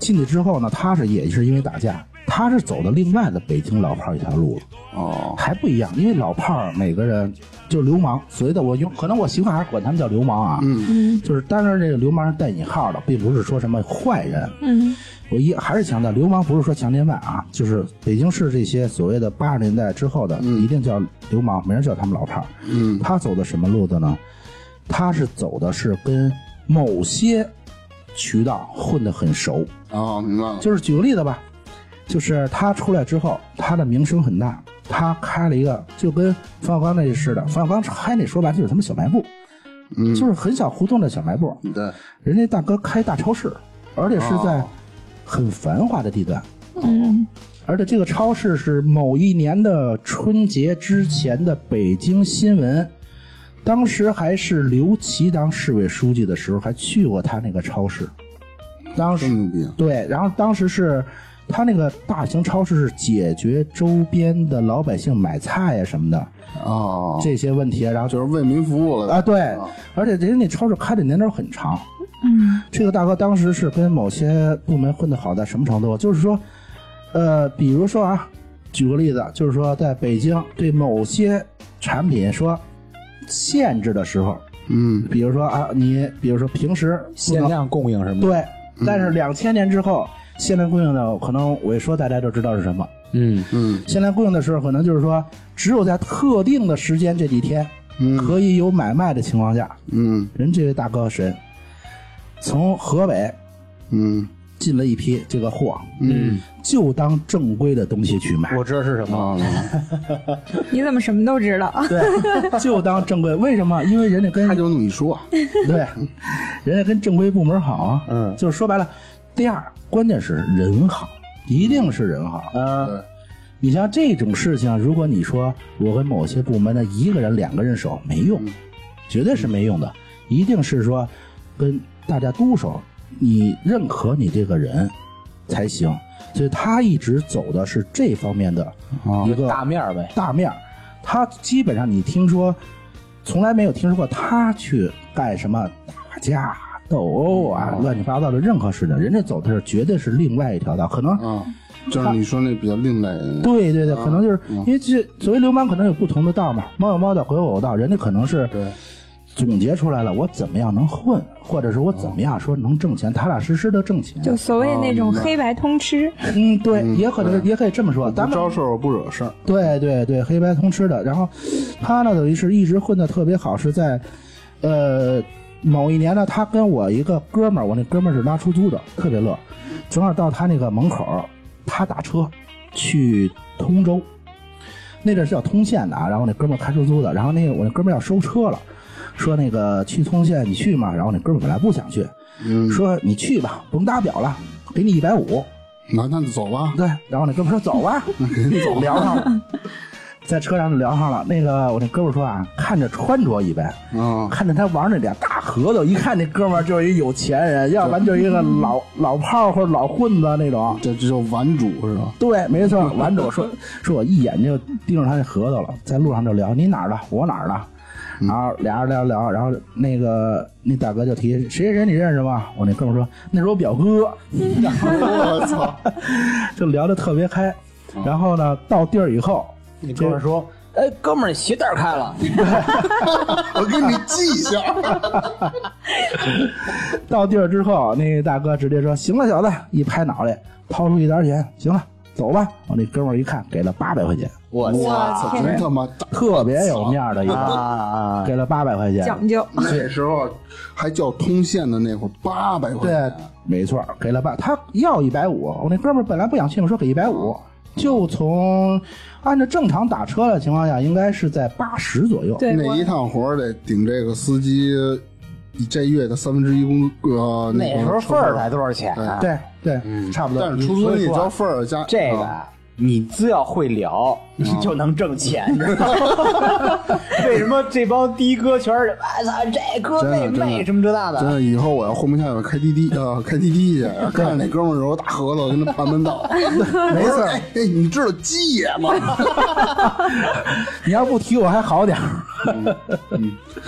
A: 进去之后呢，他是也是因为打架，他是走的另外的北京老炮儿一条路了。
F: 哦，
A: 还不一样，因为老炮儿每个人就是流氓，所谓的我用可能我习惯还是管他们叫流氓啊，嗯，就是当然这个流氓是带引号的，并不是说什么坏人，
E: 嗯，
A: 我一还是强调，流氓不是说强奸犯啊，就是北京市这些所谓的八十年代之后的，一定叫流氓，没人叫他们老炮儿，
F: 嗯
A: 他走的什么路子呢？他是走的是跟某些渠道混得很熟，
F: 哦，明白了。
A: 就是举个例子吧，就是他出来之后，他的名声很大，他开了一个就跟冯小刚那似的，冯小刚开那说白了就是他们小卖部，
F: 嗯
A: 就是很小胡同的小卖部，
F: 对，
A: 人家大哥开大超市，而且是在很繁华的地段，
E: 嗯，
A: 而且这个超市是某一年的春节之前的北京新闻。当时还是刘奇当市委书记的时候，还去过他那个超市。当时
F: 这么牛逼啊！
A: 对，然后当时是他那个大型超市是解决周边的老百姓买菜呀、什么的
F: 哦，
A: 这些问题，啊然后
F: 就
A: 就是
F: 为民服务了
A: 啊对，而且人家那超市开的年头很长，嗯，这个大哥当时是跟某些部门混得好到什么程度？就是说，呃，比如说啊，举个例子，就是说在北京对某些产品说限制的时候，
F: 嗯
A: 比如说啊，你比如说平时
G: 限量供应什么的，嗯
A: 对，但是两千年之后，限量供应的可能我一说大家就知道是什么。
G: 嗯
F: 嗯
A: 限量供应的时候，可能就是说只有在特定的时间这几天，
G: 嗯
A: 可以有买卖的情况下，
F: 嗯
A: 人这位大哥神，从河北
F: 嗯
A: 进了一批这个货，嗯，就当正规的东西去买，
G: 我知道是什
F: 啊
G: 么，
E: 你怎么什么都知道？啊
A: 对，就当正规。为什么？因为人家跟
C: 他就那么一说，
A: 对，人家跟正规部门好啊。
G: 嗯
A: 就是说白了，第二，关键是人好，一定是人好。
G: 嗯，
A: 你像这种事情，啊如果你说我跟某些部门的一个人、两个人手没用，
G: 嗯
A: 绝对是没用的，一定是说跟大家督手，你认可你这个人才行。所以他一直走的是这方面的一个
G: 哦大面儿呗，
A: 大面儿，他基本上你听说，从来没有听说过他去干什么打架、斗殴啊、
C: 嗯
A: 乱七八糟的任何事情。人家走的是绝对是另外一条道，可能、
C: 啊，就是你说那比较另类，
A: 对对对，
C: 嗯
A: 可能就是、因为这所谓流氓可能有不同的道嘛，猫有猫道，狗有狗道，人家可能是
C: 对
A: 总结出来了，我怎么样能混，或者是我怎么样说能挣钱，踏踏实实的挣钱。
E: 就所谓那种黑白通吃，
A: 嗯，对，也可能也可以这么说，咱
C: 不
A: 们
C: 招事儿不惹事儿，
A: 对对对，黑白通吃的。然后他呢，等于是一直混的特别好，是在呃某一年呢，他跟我一个哥们儿，我那哥们儿是拉出租的，特别乐。正好到他那个门口儿，他打车去通州，那阵儿是要通县的啊。然后那哥们儿开出租的，然后那个我那哥们儿要收车了，说那个去通县你去嘛。然后那哥们儿本来不想去，
F: 嗯
A: 说你去吧，甭打表了，给你一百五。
F: 那那就走吧，
A: 对，然后那哥们儿说走吧，走聊上了，在车上就聊上了。那个我那哥们儿说啊，看着穿着一般，
C: 啊，
A: 看着他玩那俩大核桃，一看那哥们儿就是一有钱人，要不然就是一个老老炮儿或者老混子那种。
C: 这这叫玩主是 吧？
A: 对，没错。完之后说说我一眼就盯着他那核桃了，在路上就聊你哪儿的，我哪儿的。然后俩人聊聊，然后那个那大哥就提谁谁谁你认识吗？我那哥们儿说那是我表哥，
C: 我操，
A: 就聊得特别开。然后呢，到地儿以后，
G: 你哥们儿说，哎，哥们儿，你鞋带儿开了，
C: 我给你记一下，
A: 到地儿之后，那个大哥直接说：“行了，小子！”一拍脑袋，掏出一沓钱，行了，走吧。我那哥们儿一看，给了八百块钱，
G: 我操
C: 真他妈大，
A: 特别有面儿的一
G: 啊
A: 个，
G: 啊！
A: 给了八百块钱。
E: 讲究。
F: 那时候还叫通县的那会儿八百块
A: 对
F: 钱，，
A: 没错，给了八，他要一百五。我那哥们儿本来不想去嘛，说给一百五，就从按照正常打车的情况下，应该是在八十左右。
E: 对，
F: 那
E: 我
F: 一趟活儿得顶这个司机这月的三分之一工呃
G: 那时候
F: 个车
G: 份儿才多少钱啊？
A: 对对，差不多。
F: 但是出租
A: 所以
F: 也
A: 说啊
F: 交份儿加
G: 这个
F: 啊
G: 啊你只要会聊，你就能挣钱，知道吗？ 为什么这帮的哥全是我操这哥
F: 真的
G: 那
F: 真的
G: 妹什么这那
F: 真
G: 的？
F: 的，以后我要混不下去，开滴滴呃，开滴滴去，看着那哥们儿有大核桃，跟他盘盘 道。没事，哎，哎你知道鸡爷吗？
A: 你要不提我还好点儿。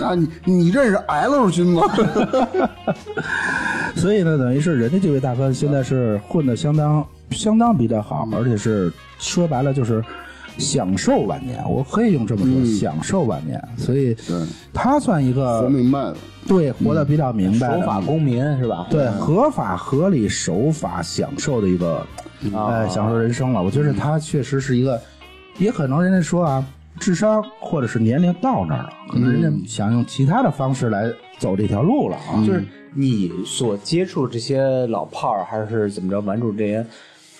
F: 啊，你你认识 L 君吗？
A: 所以呢，等于是人家这位大哥现在是混的相当相当比较好，而且是说白了就是享受晚年，我可以用这么说，享受晚年。所以他算一
C: 活
A: 个
C: 明白了，
A: 对活得比较明白的
G: 守法公民是吧？
A: 对合法、合理、守法、享受的一个，呃，享受人生了。我觉得他确实是一个，也可能人家说啊，智商或者是年龄到那儿了，可能人家想用其他的方式来走这条路了啊。
G: 就是你所接触这些老炮儿还是怎么着玩主这些，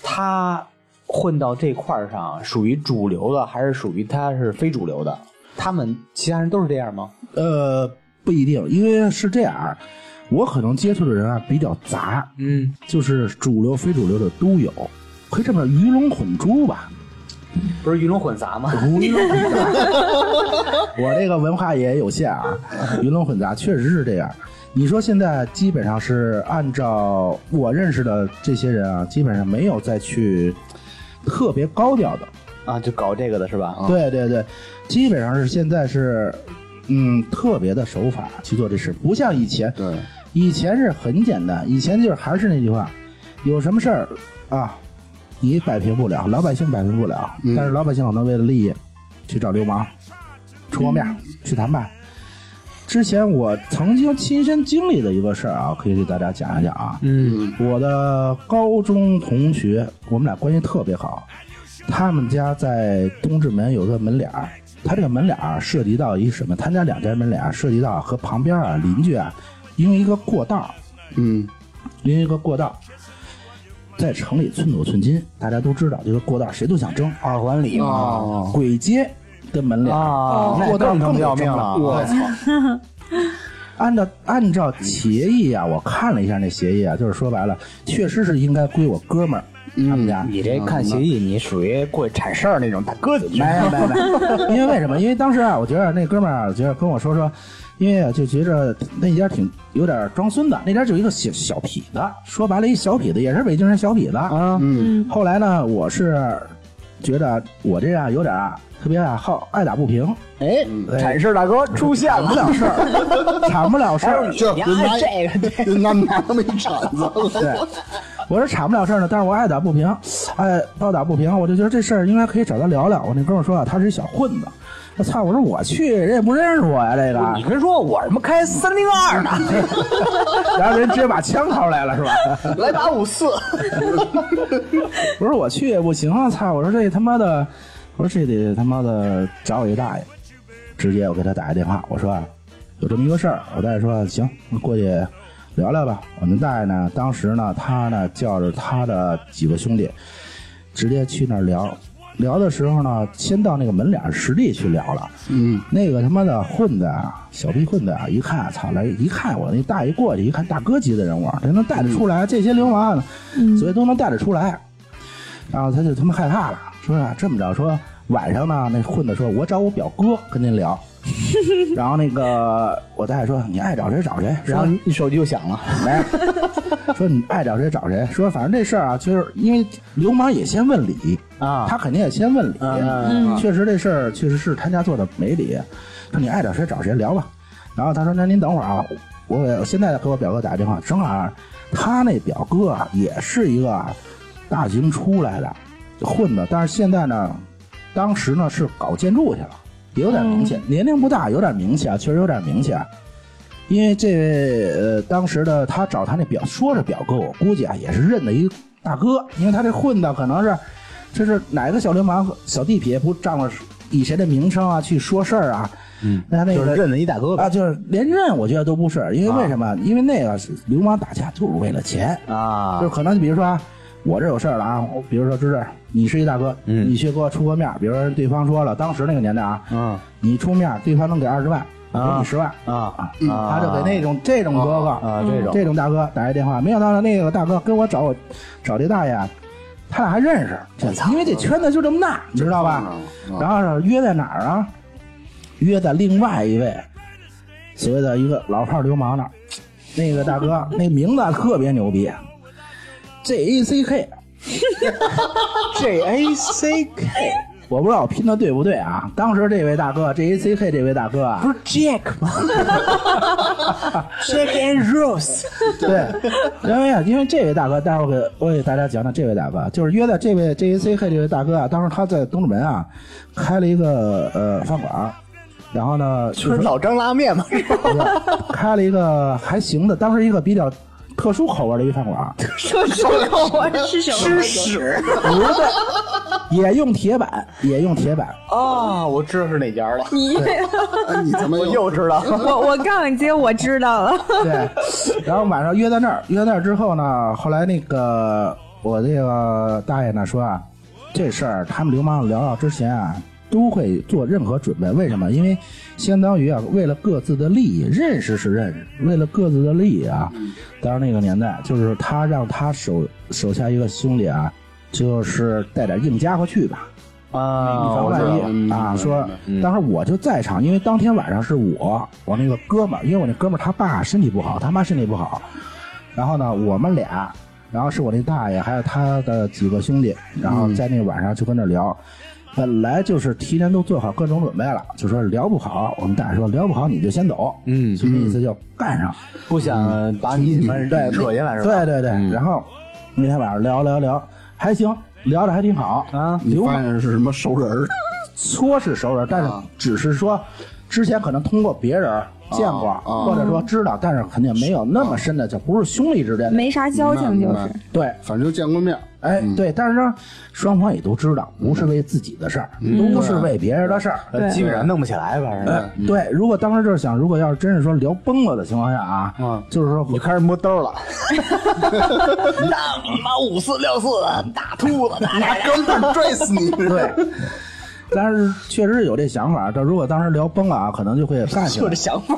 G: 他混到这块儿上属于主流的，还是属于他是非主流的？他们其他人都是这样吗？
A: 呃，不一定，因为是这样啊，我可能接触的人啊比较杂，
G: 嗯，
A: 就是主流、非主流的都有，可以这么说鱼龙混珠吧。
G: 不是鱼龙混杂吗？
A: 鱼龙混杂，我这个文化也有限啊，鱼龙混杂确实是这样。你说现在基本上是按照我认识的这些人啊，基本上没有再去特别高调的，
G: 啊，就搞这个的是吧？啊
A: 对对对，基本上是现在是，嗯，特别的手法去做这事，不像以前。
C: 对，
A: 以前是很简单，以前就是还是那句话，有什么事儿啊，你摆平不了，老百姓摆平不了，但是老百姓可能为了利益去找流氓，出方面、去谈判。之前我曾经亲身经历的一个事儿啊，可以给大家讲一讲啊。
G: 嗯，
A: 我的高中同学，我们俩关系特别好。他们家在东直门有个门脸儿，他这个门脸儿涉及到一什么？他家两家门脸儿涉及到和旁边啊邻居啊，因为一个过道，
C: 嗯，
A: 因为一个过道，在城里寸土寸金，大家都知道这个过道谁都想争，二环里嘛，哦簋街跟门脸儿
G: 啊
A: 那
G: 过道
A: 更
G: 更
A: 更
G: 不
A: 得
G: 要
A: 争
G: 命
A: 了
G: 了，啊
A: 我
G: 我
A: 操！按照按照协议啊，我看了一下那协议啊，就是说白了，确实是应该归我哥们儿他们家。
G: 你这看协议，你属于过去铲事儿那种大哥子去。
A: 没没没， 因为为什么？因为当时啊，我觉得那哥们儿啊，觉得跟我说说，因为啊就觉着那一家挺有点装孙子，那家就一个小小痞子，说白了，一小痞子也是北京人小痞子啊。嗯。后来呢，我是觉得我这样有点啊特别啊好爱打不平，
G: 哎，
A: 嗯
G: 铲事儿大哥出现
A: 不
G: 了，
A: 了事儿，铲不了事儿。
F: 这
G: 你
F: 人
G: 看
F: 拿
G: 这个
F: 人拿拿那么一铲 子，
A: 对，我是铲不了事儿呢，但是我爱打不平，爱抱打不平，我就觉得这事儿应该可以找他聊聊。我那哥们儿说啊，他是一小混子，我操！我说我去，人也不认识我呀，这
G: 你
A: 个。
G: 跟说我他妈开三零二呢，
A: 然后人直接把枪掏出来了，是吧？
G: 来把五四，
A: 我说我去也不行啊，操！我说这他妈的，我说这得他妈的找我一大爷。直接我给他打一电话，我说啊，有这么一个事儿。我大爷说行，过去聊聊吧。我那大爷呢，当时呢，他呢叫着他的几个兄弟，直接去那儿聊。聊的时候呢，先到那个门脸儿实地去聊了。嗯，那个他妈的混子啊，小逼混子啊，一看，操，来一看我那大爷过去一看，大哥级的人物，这能带得出来，这些流氓啊，所以都能带得出来。然后他就他妈害怕了，说啊这么着，说晚上呢，那混子说，我找我表哥跟您聊。然后那个我大爷说，你爱找谁找谁。
G: 然
A: 然
G: 后
A: 后
G: 你手机就响了，
A: 没， 说你爱找谁找谁。说反正这事儿啊，就是因为流氓也先问理
G: 啊
A: 他肯定也先问理。
G: 嗯
A: 确实这事儿确实是他家做的没理。说你爱找谁找谁聊吧。然后他说那您等会儿啊，我给我现在给我表哥打电话，正好啊他那表哥啊也是一个大学生出来的混的，但是现在呢，当时呢是搞建筑去了，也有点名气，
G: 嗯
A: 年龄不大，有点名气啊，确实有点名气啊。因为这位呃，当时的他找他那表说是表哥，我估计啊也是认的一大哥，因为他这混的可能是，这是哪个小流氓小地痞不仗着以谁的名声啊去说事儿啊？嗯，那他那个
G: 就是认啊了一大哥呗
A: 啊，就是连认我觉得都不是，因为为什么？因为那个是流氓打架就是为了钱，
G: 啊
A: 就是可能比如说啊，我这有事儿了啊，我比如说芝芝，你是一大哥，
G: 嗯
A: 你去给我出个面儿，比如说对方说了，当时那个年代啊，
G: 嗯
A: 你出面儿对方能给二十万，我给
G: 啊
A: 你十万。
G: 啊
A: 嗯他就给那种这种哥哥嗯
G: 啊这种
A: 这种大哥打一电话，没想到那个大哥跟我找我找这大爷啊，他俩还认识，因为这圈子就这么大，你知道
G: 嗯
A: 吧？然后是约在哪儿啊？约在另外一位所谓的一个老炮儿流氓那儿，那个大哥那名字啊特别牛逼，J A C K，
G: J A C K
A: 我不知道我拼的对不对啊？当时这位大哥 J A C K 这位大哥啊，
G: 不是 Jack 吗？Jack and Rose
A: 对，因为啊，因为这位大哥，待会儿给我给大家讲讲这位大哥，啊就是约在这位 J A C K 这位大哥啊，当时他在东直门啊开了一个呃饭馆，然后呢，
G: 不是老张拉面吗？
A: 开了一个还行的，当时一个比较特殊口味的一个饭 馆，
E: 说出口我是什么？
G: 屎
A: 不对，也用铁板，也用铁板，
G: 啊！我知道是哪家了，
E: 你
F: 哎，你他妈
G: 我又知道了。
E: 我我告诉你，姐，我知道了。
A: 对，然后晚上约在那儿，约在那儿之后呢，后来那个我这个大爷呢说啊，这事儿他们流氓聊到之前啊，都会做任何准备。为什么？因为相当于啊，为了各自的利益，认识是认识，为了各自的利益啊。当时那个年代，就是他让他手手下一个兄弟啊，就是带点硬家伙去吧。以
G: 啊
A: 防
G: 我知道
A: 万一啊，说当时我就在场，因为当天晚上是我我那个哥们儿，因为我那哥们儿他爸身体不好，他妈身体不好，然后呢，我们俩，然后是我那大爷还有他的几个兄弟，然
G: 嗯
A: 后在那晚上就跟那聊。本来就是提前都做好各种准备了，就说聊不好，我们大爷说聊不好你就先走，
G: 嗯
A: 就那意思就干上，
G: 不想把你们
A: 对，
G: 扯进来嗯是吧？嗯
A: 对对对，然后那天晚上聊聊聊，还行，聊的还挺好
G: 啊
A: 刘
F: 发现是什么熟人儿？
A: 说是熟人，但是
G: 啊
A: 只是说之前可能通过别人见过，
F: 啊
A: 或者说知道，但是肯定没有那么深的，就不是兄弟之间的。
E: 没啥交情
F: 明
E: 就
F: 白
E: 是
F: 明。白
A: 对，
F: 反正就见过面儿，
A: 哎，
G: 嗯
A: 对，但是呢，双方也都知道，不是为自己的事儿，
G: 嗯啊
A: 都是为别人的事儿。哎
G: 呃基本上弄不起来，反正
A: 对，如果当时就是想，如果要是真是说聊崩了的情况下啊，
F: 嗯
A: 就是说
G: 你开始摸 兜了，
F: 拿钢镚拽死你！
A: 对，但是确实有这想法。但如果当时聊崩了啊，可能就会干起来。
G: 想法。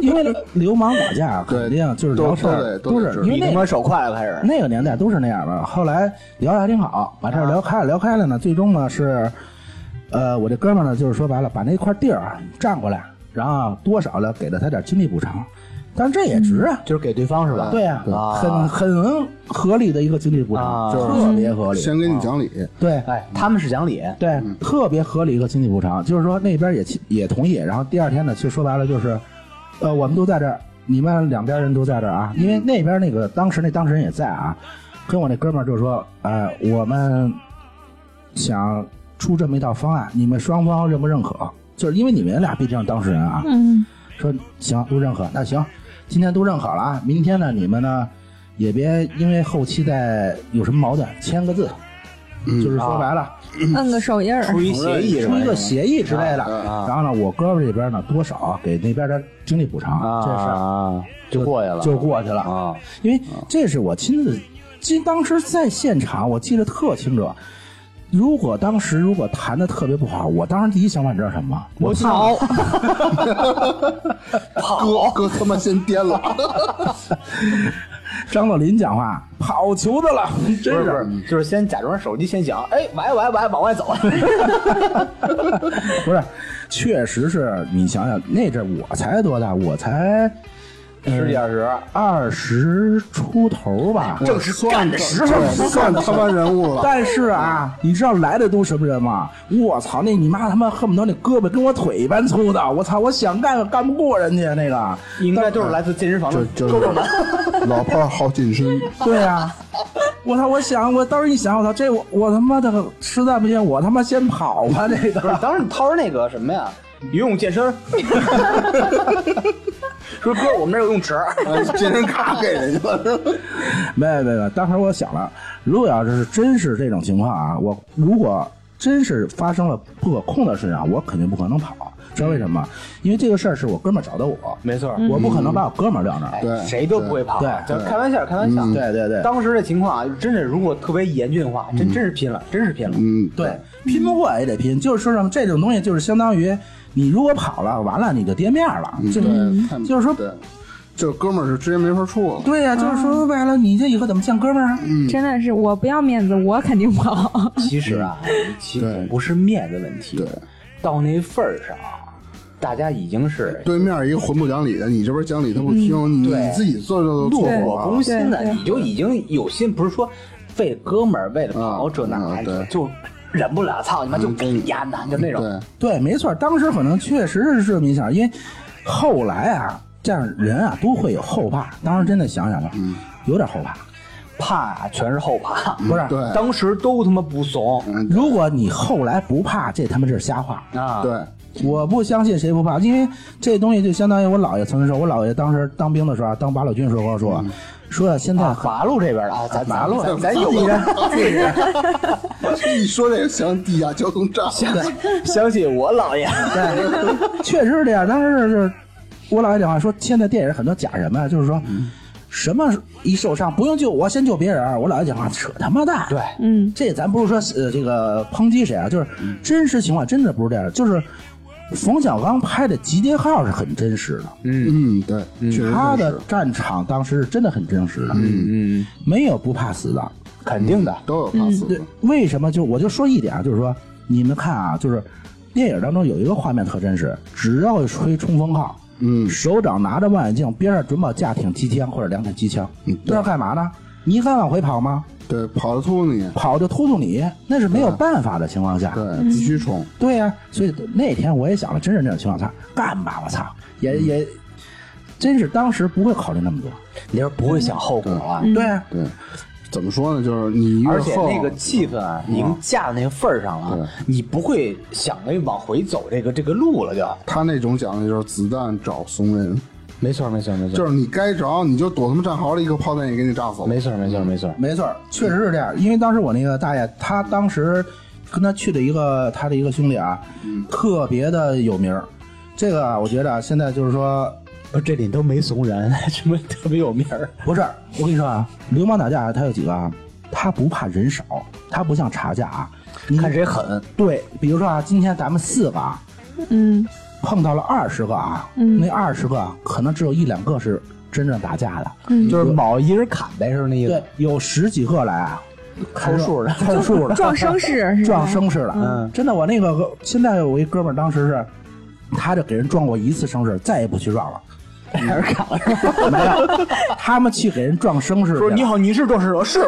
A: 因为流氓打架
F: 对
A: 肯定就是
F: 都
A: 聊事儿，
F: 都得都得
A: 是
F: 是
A: 因为
G: 你他
A: 那
G: 妈手快了，开始。
A: 那个年代都是那样的。后来聊的还挺好，把这儿聊开了，聊开了呢，最终呢是，呃，我这哥们儿呢，就是说白了，把那块地儿占过来，然后多少了给了他点经济补偿，但是这也值啊。
G: 嗯就是给对方是吧？
A: 对呀、
G: 啊
A: 很很合理的一个经济补偿，
G: 啊
A: 特别合理。
F: 先给你讲理，
A: 对，
G: 哎，他们是讲理，
A: 对，特别合理一个经济补偿，就是说那边也起也同意，然后第二天呢，其实说白了就是，呃，我们都在这儿，你们两边人都在这儿啊，因为那边那个当时那当事人也在啊，跟我那哥们儿就说，哎、我们想出这么一套方案，你们双方认不认可？就是因为你们俩毕竟是当事人啊，
E: 嗯，
A: 说行都认可，那行，今天都认可了啊，明天呢你们呢也别因为后期再有什么矛盾，签个字，就是说白了。
E: 摁个手印儿，
G: 哎出一协议是吧
A: 出？一个协议之类的。
G: 啊
A: 然后呢，我哥们儿这边呢，多少给那边的经济补偿，
G: 啊，
A: 这事儿
G: 啊，就过去了，
A: 就过去了。
G: 啊，
A: 因为这是我亲自，今当时在现场，我记得特清楚。如果当时如果谈的特别不好，我当时第一想法你知道什么吗？我
G: 跑，
F: 哥哥他妈先颠了，
A: 张作霖讲话跑球的 了，
G: 不
A: 真是
G: 是不是，就是先假装手机先响，哎，喂喂喂，往外走，
A: 不是，确实是你想想那阵儿我才多大，我才呃
G: 十几二十，
A: 二十出头吧，
F: 正是干的时候，算他妈人物了。
A: 但是啊，你知道来的都什么人吗？我操，那你妈他妈恨不得那胳膊跟我腿一般粗的，我操，我想干干不过人家那个。
G: 应该都是来自健身房的
F: 就就是老炮儿好紧身，
A: 对啊，我操，我想，我当时一想，我操，这我我他妈的实在不行，我他妈先跑吧，这
G: 不是
A: 个。，
G: 当时掏着那个什么呀，游泳健身，说哥，我们这儿有泳池，
F: 哎健身卡给人家了，是吧
A: 没没没，当时我想了，如果要是真是这种情况啊，我如果真是发生了不可控的事情啊，我肯定不可能跑，知道为什么吗？因为这个事儿是我哥们儿找的我，
G: 没错
A: 我不可能把我哥们儿撂那儿。
F: 对
G: 哎谁都不会跑，
A: 嗯对
G: 就是开玩笑，开玩笑，
A: 嗯对对对
G: 当时的情况啊，真是如果特别严峻的话，真真是拼了，真是拼了，
F: 嗯，
A: 对，拼不过也得拼，就是说什么这种东西就是相当于你如果跑了，完了你就跌面了，
G: 嗯
A: 就
F: 对，太
A: 就是说，
F: 对，这哥们儿是之前没法处了。
A: 对呀、就是说白了，你这以后怎么见哥们儿啊？
G: 嗯
E: 真的是我不要面子，我肯定跑。
G: 其实啊，其实
F: 对
G: 不是面子问题，
F: 对
G: 到那份儿上啊，大家已经是
F: 对面一个混不讲理的，你这边讲理他
E: 嗯
F: 不听，你你自己做这
G: 怒
F: 都做
G: 火
F: 火
G: 攻
F: 了。啊
G: 心的，
E: 对对
G: 你就已经有心，不是说为哥们儿为了跑
F: 嗯
G: 这那
F: 嗯对
G: 就忍不了，操你妈就给你压难，就那种。
F: 对，
A: 对，没错，当时可能确实是这么一想，因为后来啊，这样人啊都会有后怕，当时真的想想吧，
G: 嗯
A: 有点后怕，
G: 怕啊全是后怕，
A: 不是？
F: 对
G: 当时都他妈不怂
A: 如果你后来不怕，这他妈是瞎话。
G: 啊！
F: 对，
A: 我不相信谁不怕，因为这东西就相当于我姥爷曾经说，我姥爷当时当兵的时候啊，当八路军的时候跟我说，说现在
G: 嗯啊，八路这边的啊，咱
A: 八路
G: 咱咱有 人
F: 一说这个想地下交通站，
G: 相信我姥爷，
A: 对， 确实是这样。当时就是我姥爷讲话说，现在电影很多假人嘛，就是说、
F: 嗯
A: 什么一受伤不用救我，先救别人。我姥爷讲话扯他妈蛋。
G: 对，
E: 嗯，
A: 这咱不是说呃这个抨击谁啊，就是
F: 嗯
A: 真实情况真的不是这样的，就是。冯小刚拍的《集结号》是很真实的，
F: 嗯，对，确实
A: 他
F: 是
A: 的战场当时是真的很真实的，嗯嗯，没有不怕死的，
G: 肯定的，
F: 都有怕死
A: 对
F: 的，，
A: 为什么就我就说一点啊，就是说你们看啊，就是电影当中有一个画面特真实，只要吹冲锋号，
F: 嗯
A: 手长拿着望远镜，边上准保架挺机枪或者两挺机枪，
F: 嗯
A: 这要干嘛呢？你敢往回跑吗？
F: 对，跑得突你，
A: 跑就突突你，那是没有办法的情况下。
G: 嗯
F: 对，必须冲，
A: 对呀、所以那天我也想了，真是那种情况下，干吧，我操，也也，真是当时不会考虑那么多。
F: 嗯
G: 你要是不会想后果啊，
A: 对啊，
F: 对，怎么说呢？就是你越
G: 而且
F: 横，
G: 那个气氛啊，已经架到那个份儿上了，你不会想着往回走这个这个路了就。
F: 他那种讲的就是子弹找怂人，
G: 没错，没错，没错
F: 就是你该着你就躲他妈战壕里，一个炮弹也给你炸死了。
G: 没错，没错，没错。
A: 没错儿，确实是这样。因为当时我那个大爷，他当时跟他去的一个他的一个兄弟啊，特别的有名儿。这个啊我觉得啊，现在就是说，
G: 不，这里都没怂人，什么特别有名儿。
A: 不是我跟你说啊，流氓打架啊他有几个啊？他不怕人少，他不像查架啊。你
G: 看谁狠。
A: 对，比如说啊，今天咱们四个啊，
E: 嗯，
A: 碰到了二十个啊，
E: 嗯
A: 那二十个啊，可能只有一两个是真正打架的，
E: 嗯
A: 就是
G: 卯一人砍呗，是那意
A: 对
G: 思。，
A: 有十几个来啊，
G: 看 数的，
A: 凑数 的，
E: 撞声势是吧
A: 撞声势了。
G: 嗯
A: 真的，我那个现在我一哥们儿当时是，他就给人撞过一次声势，再也不去 撞了。
G: 俩人砍了是吧？
A: 没有，他们去给人撞声势去了。
G: 说你好，你是壮士者，是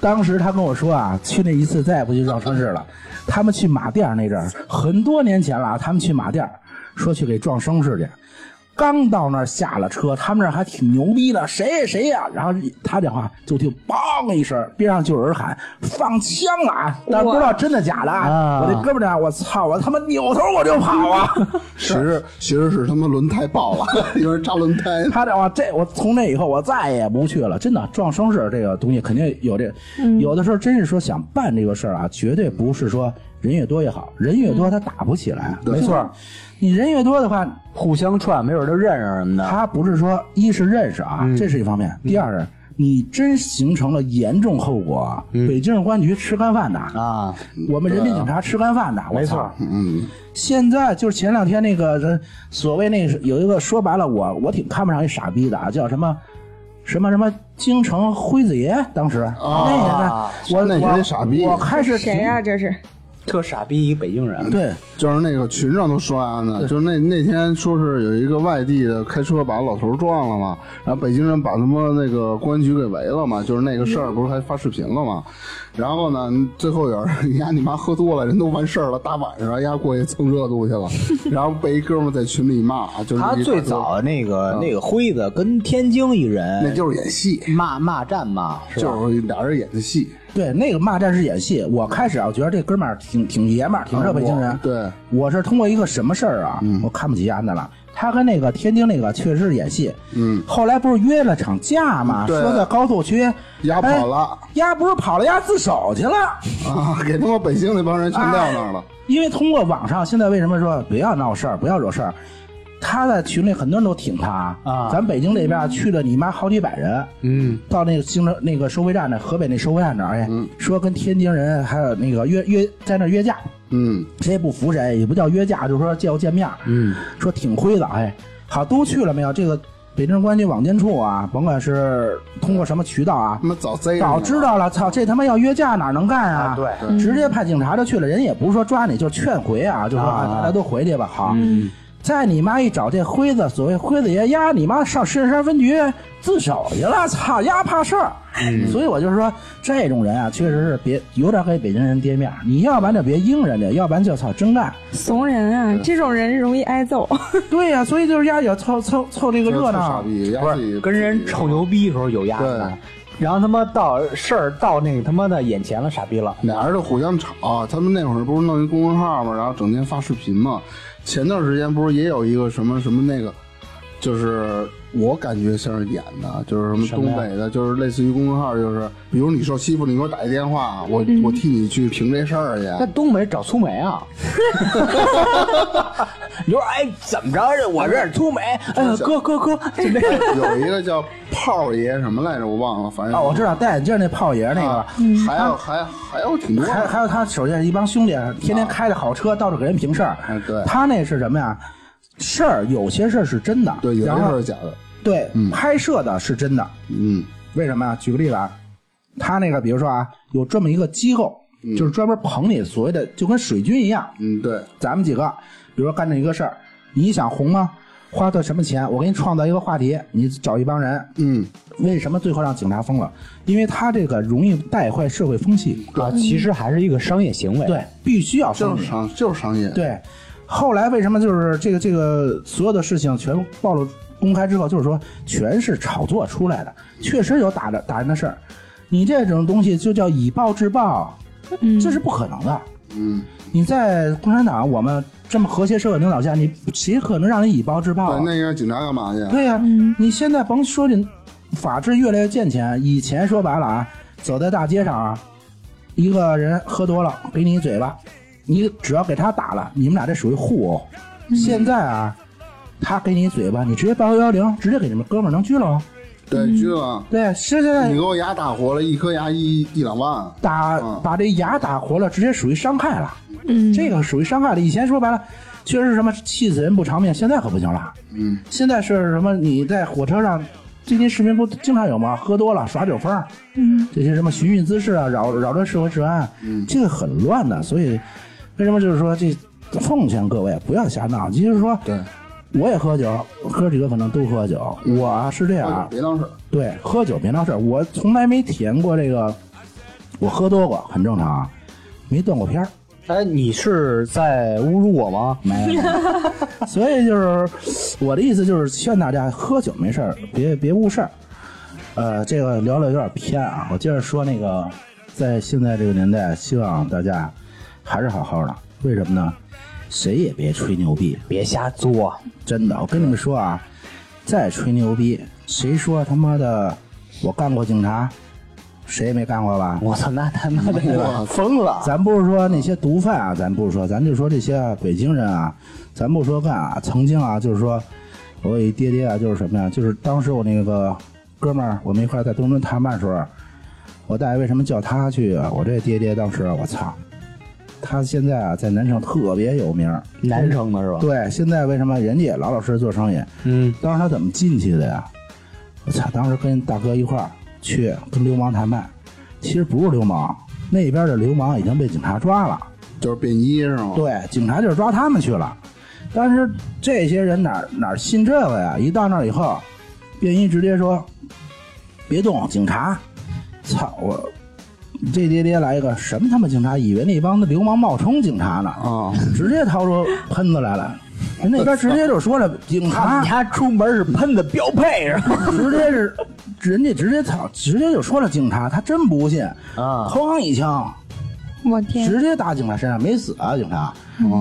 A: 当时他跟我说啊，去那一次再也不去撞声势了。他们去马甸儿那阵儿，很多年前了啊，他们去马甸儿，说去给撞声势去。刚到那儿下了车，他们那儿还挺牛逼的，谁呀谁呀、然后他这话就听“梆”一声，边上就有人喊放枪了啊！但是不知道真的假的
G: 啊
A: 我这哥们儿呢，我操，我他妈扭头我就跑啊！
F: 其实其实是他妈轮胎爆了， 有人扎轮 胎。
A: 他这哇，这我从那以后我再也不去了。真的，撞生事这个东西肯定有这，有的时候真是说想办这个事儿啊，绝对不是说人越多越好，人越多他打不起来。
G: 没错儿，
A: 你人越多的话，
G: 互相串，没准都认识什么的。
A: 他不是说一是认识啊，这是一方面；第二是你真形成了严重后果啊，北京市公安局吃干饭的，
G: 啊，
A: 我们人民警察吃干饭的，我
G: 没
A: 操
G: 错儿。
F: 嗯，
A: 现在就是前两天那个人，所谓那个有一个说白了，我我挺看不上一傻逼的啊，叫什么什么什么京城辉子爷，当
F: 啊
A: 时、那个我
F: 那也是
A: 我
F: 那傻逼
A: 我开始挺
E: 谁呀、这是
G: 特傻逼一北京人，
A: 对，
F: 就是那个群上都刷呢，就是那那天说是有一个外地的开车把老头撞了嘛，然后北京人把他妈那个公安局给围了嘛，就是那个事儿不是还发视频了嘛，然后呢，最后有人人家你妈喝多了，人都完事儿了，大晚上人家过去蹭热度去 了，然后被一哥们儿在群里骂，就是
G: 他
F: 一
G: 最
F: 大哥嗯
G: 早那个那个辉子跟天津一
F: 那
G: 人
F: 就是演戏，
G: 骂骂战嘛，是吧？
F: 就是俩人演的戏，
A: 对，那个骂战是演戏。我开始啊，我觉得这哥们儿挺挺爷们儿，挺热北京人
F: 啊我。对，嗯
A: 我是通过一个什么事儿啊，我看不起安的了。他跟那个天津那个确实是演戏，
F: 嗯，
A: 后来不是约了场架嘛，
F: 嗯对
A: 说在高速区，
F: 丫跑了
A: 哎，丫不是跑了，丫自首去了。
F: 啊，给他妈北京那帮人全
A: 啊
F: 撂那儿了。
A: 因为通过网上，现在为什么说不要闹事儿，不要惹事儿？他在群里很多人都挺他
G: 啊
A: 咱北京这边去了你妈好几百人，
G: 嗯，
A: 到那个京城那个收费站那河北那收费站那儿，哎，说跟天津人还有那个约约在那儿约架，
F: 嗯，
A: 谁也不服谁，也不叫约架，就是说叫见面，嗯，说挺灰的，哎，好，都去了没有？这个北京公安局网监处啊，甭管是通过什么渠道啊
F: 他，妈早贼
A: 早知道了，操，这他妈要约架哪能干啊？
G: 对
A: 直接派警察就去了，人也不是说抓你，就是劝回啊，嗯就说啊，大家都回去吧，好。在你妈一找这辉子，所谓辉子爷丫，你妈上石景山分局自首去了，操，丫怕事儿。所以我就说，这种人啊，确实是别有点给北京人跌面儿，你要不然就别应人家，要不然就操真 干。
E: 怂人啊，这种人容易挨揍。
A: 对呀、所以就是丫也凑凑凑这个热
F: 傻
A: 闹。
F: 逼，
G: 不
F: 丫自己
G: 是跟人臭牛逼的时候有压力
F: 对，
G: 然后他妈到事儿到那个他妈的眼前了，傻逼了。
F: 俩人就互相吵，啊他们那会儿不是弄一公众号嘛，然后整天发视频嘛。前段时间不是也有一个什么什么那个，就是我感觉像是演的，就是什么
G: 什么呀
F: 东北的，就是类似于公众号，就是比如你受欺负，你给我打一电话，我、我替你去评这事儿去。
G: 在东北找粗梅啊， 你说哎怎么着？我认识粗梅，哎呀哥哥 哥，就那个
F: 有一个叫炮爷什么来着，我忘了，反正
A: 啊，我知道戴眼镜那炮爷那个。
F: 啊还有还还有挺多的，
A: 还还有他手下一帮兄弟，啊天天开着好车到处给人平事儿
F: 啊。对
A: 他那是什么呀？事儿有些事儿是真的，
F: 对，有
A: 然
F: 的事
A: 后
F: 是假的，
A: 对、
F: 嗯
A: 拍摄的是真的。
F: 嗯
A: 为什么呀？举个例子啊，他那个比如说啊，有这么一个机构，就是专门捧你所谓的，就跟水军一样，
F: 嗯，对，
A: 咱们几个，比如说干这一个事儿，你想红吗？花的什么钱？我给你创造一个话题，你找一帮人，
F: 嗯，
A: 为什么最后让警察疯了？因为他这个容易带坏社会风气，
G: 啊，其实还是一个商业行为。
A: 对，必须要
F: 就
A: 封
F: 是
A: 你。
F: 商就是商业，
A: 对，后来为什么就是这个这个所有的事情全部暴露公开之后，就是说全是炒作出来的，确实有打着打人的事儿。你这种东西就叫以暴制暴，
E: 嗯，
A: 这是不可能的。
F: 嗯，
A: 你在共产党我们这么和谐社会领导下，你谁可能让你以暴制暴啊？
F: 对呃那让警察干嘛去？啊
A: 对呀、
E: 嗯
A: 你现在甭说这法治越来越健全，以前说白了啊，走在大街上啊，一个人喝多了给你一嘴巴，你只要给他打了，你们俩这属于互殴。
E: 嗯
A: 现在啊，他给你一嘴巴，你直接报幺幺零，直接给你们哥们儿能拘了哦。
F: 对，拘了。
A: 对，现在
F: 你给我牙打活了，一颗牙一一两万。
A: 打
F: 嗯
A: 把这牙打活了，直接属于伤害了，
E: 嗯
A: 这个属于伤害了。以前说白了，确实是什么气死人不偿命，现在可不行了。
F: 嗯，
A: 现在是什么？你在火车上，最近视频不经常有吗？喝多了耍酒疯儿，
E: 嗯
A: 这些什么寻衅滋事啊，扰扰乱社会治安，
F: 嗯
A: 这个很乱的。所以，为什么就是说这奉劝各位不要瞎闹？就是说，
F: 对，
A: 我也喝酒，哥几个可能都喝酒。我啊是这样啊，
F: 别当事儿。
A: 对，喝酒别闹事儿，我从来没体验过这个，我喝多过很正常啊，没断过片儿。
G: 哎，你是在侮辱我吗？
A: 没有，所以就是我的意思就是劝大家喝酒没事儿，别别误事儿。呃，这个聊的有点偏啊，我接着说那个，在现在这个年代，希望大家还是好好的。为什么呢？谁也别吹牛逼，
G: 别瞎作，
A: 真的，我跟你们说啊，再吹牛逼，谁说他妈的我干过警察？谁也没干过吧？
G: 我操，那他妈的
F: 啊
G: 疯了！
A: 咱不是说那些毒贩啊，咱不是说，咱就说这些啊北京人啊，咱不说干啊，曾经啊，就是说，我有一爹爹啊，就是什么呀，就是当时我那个哥们儿，我们一块儿在东城谈判的时候，我大爷为什么叫他去啊？我这爹爹当时啊我操，他现在啊在南城特别有名儿，
G: 南城的是吧？
A: 对，现在为什么人家也老老实实做生意？
G: 嗯，
A: 当时他怎么进去的呀？我操！当时跟大哥一块儿去跟流氓谈判，其实不是流氓，那边的流氓已经被警察抓了。
F: 就是便衣是吗？
A: 对，警察就是抓他们去了。但是这些人哪儿哪儿信这个呀？一到那儿以后，便衣直接说：“别动，警察！”操我！这爹爹来一个什么他妈警察？以为那帮子流氓冒充警察呢，
F: 啊，
A: 直接掏出喷子来了。人那边直接就说了：“警察
G: 他们家出门是喷的标配是吧？
A: 直接 是，人家直接操，直接就说了警察，他真不信，
G: 啊，
A: 哐一枪，
E: 我天，
A: 直接打警察身上，没死啊，警察，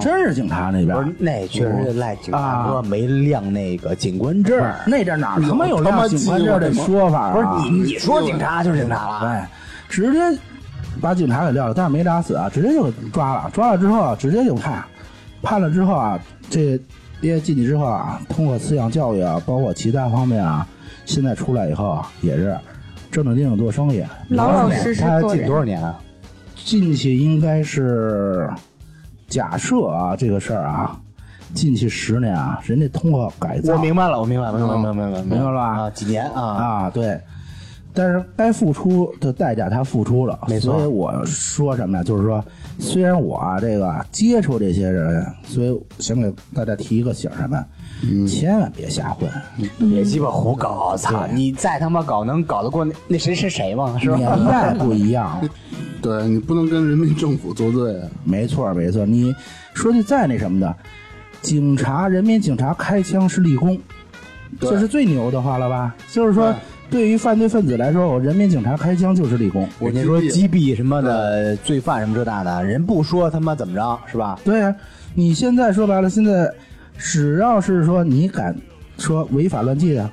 A: 真是警察那
G: 不是
A: 边，，
G: 那确实赖警察
A: 啊
G: 哥没亮那个警官证儿。
A: 那阵哪哎他妈有
F: 他妈
A: 亮警官证这说法
G: 不是
A: 啊？
G: 你，你说警察就是警察了。
A: 哎，直接把警察给撂了，但是没打死啊，直接就抓了，抓了之后啊，直接就判，判了之后啊，这爹进去之后啊，通过思想教育啊，包括其他方面啊，现在出来以后啊，也是正正经经做生意，
E: 老
A: 哦
E: 老实实
G: 他
E: 做
G: 进
E: 人
G: 多。少年啊？
A: 进去应该是假设啊，这个事儿啊，进去十年啊，人家通过改造，
G: 我明白了，我明白了，明白了，明白了，
A: 明白了吧
G: 啊？几年嗯啊？
A: 啊，对。但是该付出的代价他付出了，
G: 没错
A: 所以我说什么呀？就是说，虽然我啊这个接触这些人，所以想给大家提一个醒儿什么呀，
G: 嗯
A: 千万别瞎混，
G: 别鸡巴胡搞！操，你再他妈搞，能搞得过那那谁是谁吗？是吧？
A: 年代不一样了，
F: 对你不能跟人民政府作对啊。
A: 没错儿没错儿。你说句再那什么的，警察、人民警察开枪是立功，
F: 对
A: 这是最牛的话了吧？就是说，对于犯罪分子来说，我人民警察开枪就是立功。
F: 我
G: 人家
F: 击
G: 说
F: 毙
G: 击毙什么的罪犯什么这那的，人不说他妈怎么着是吧？
A: 对呀、你现在说白了，现在只要是说你敢说违法乱纪的，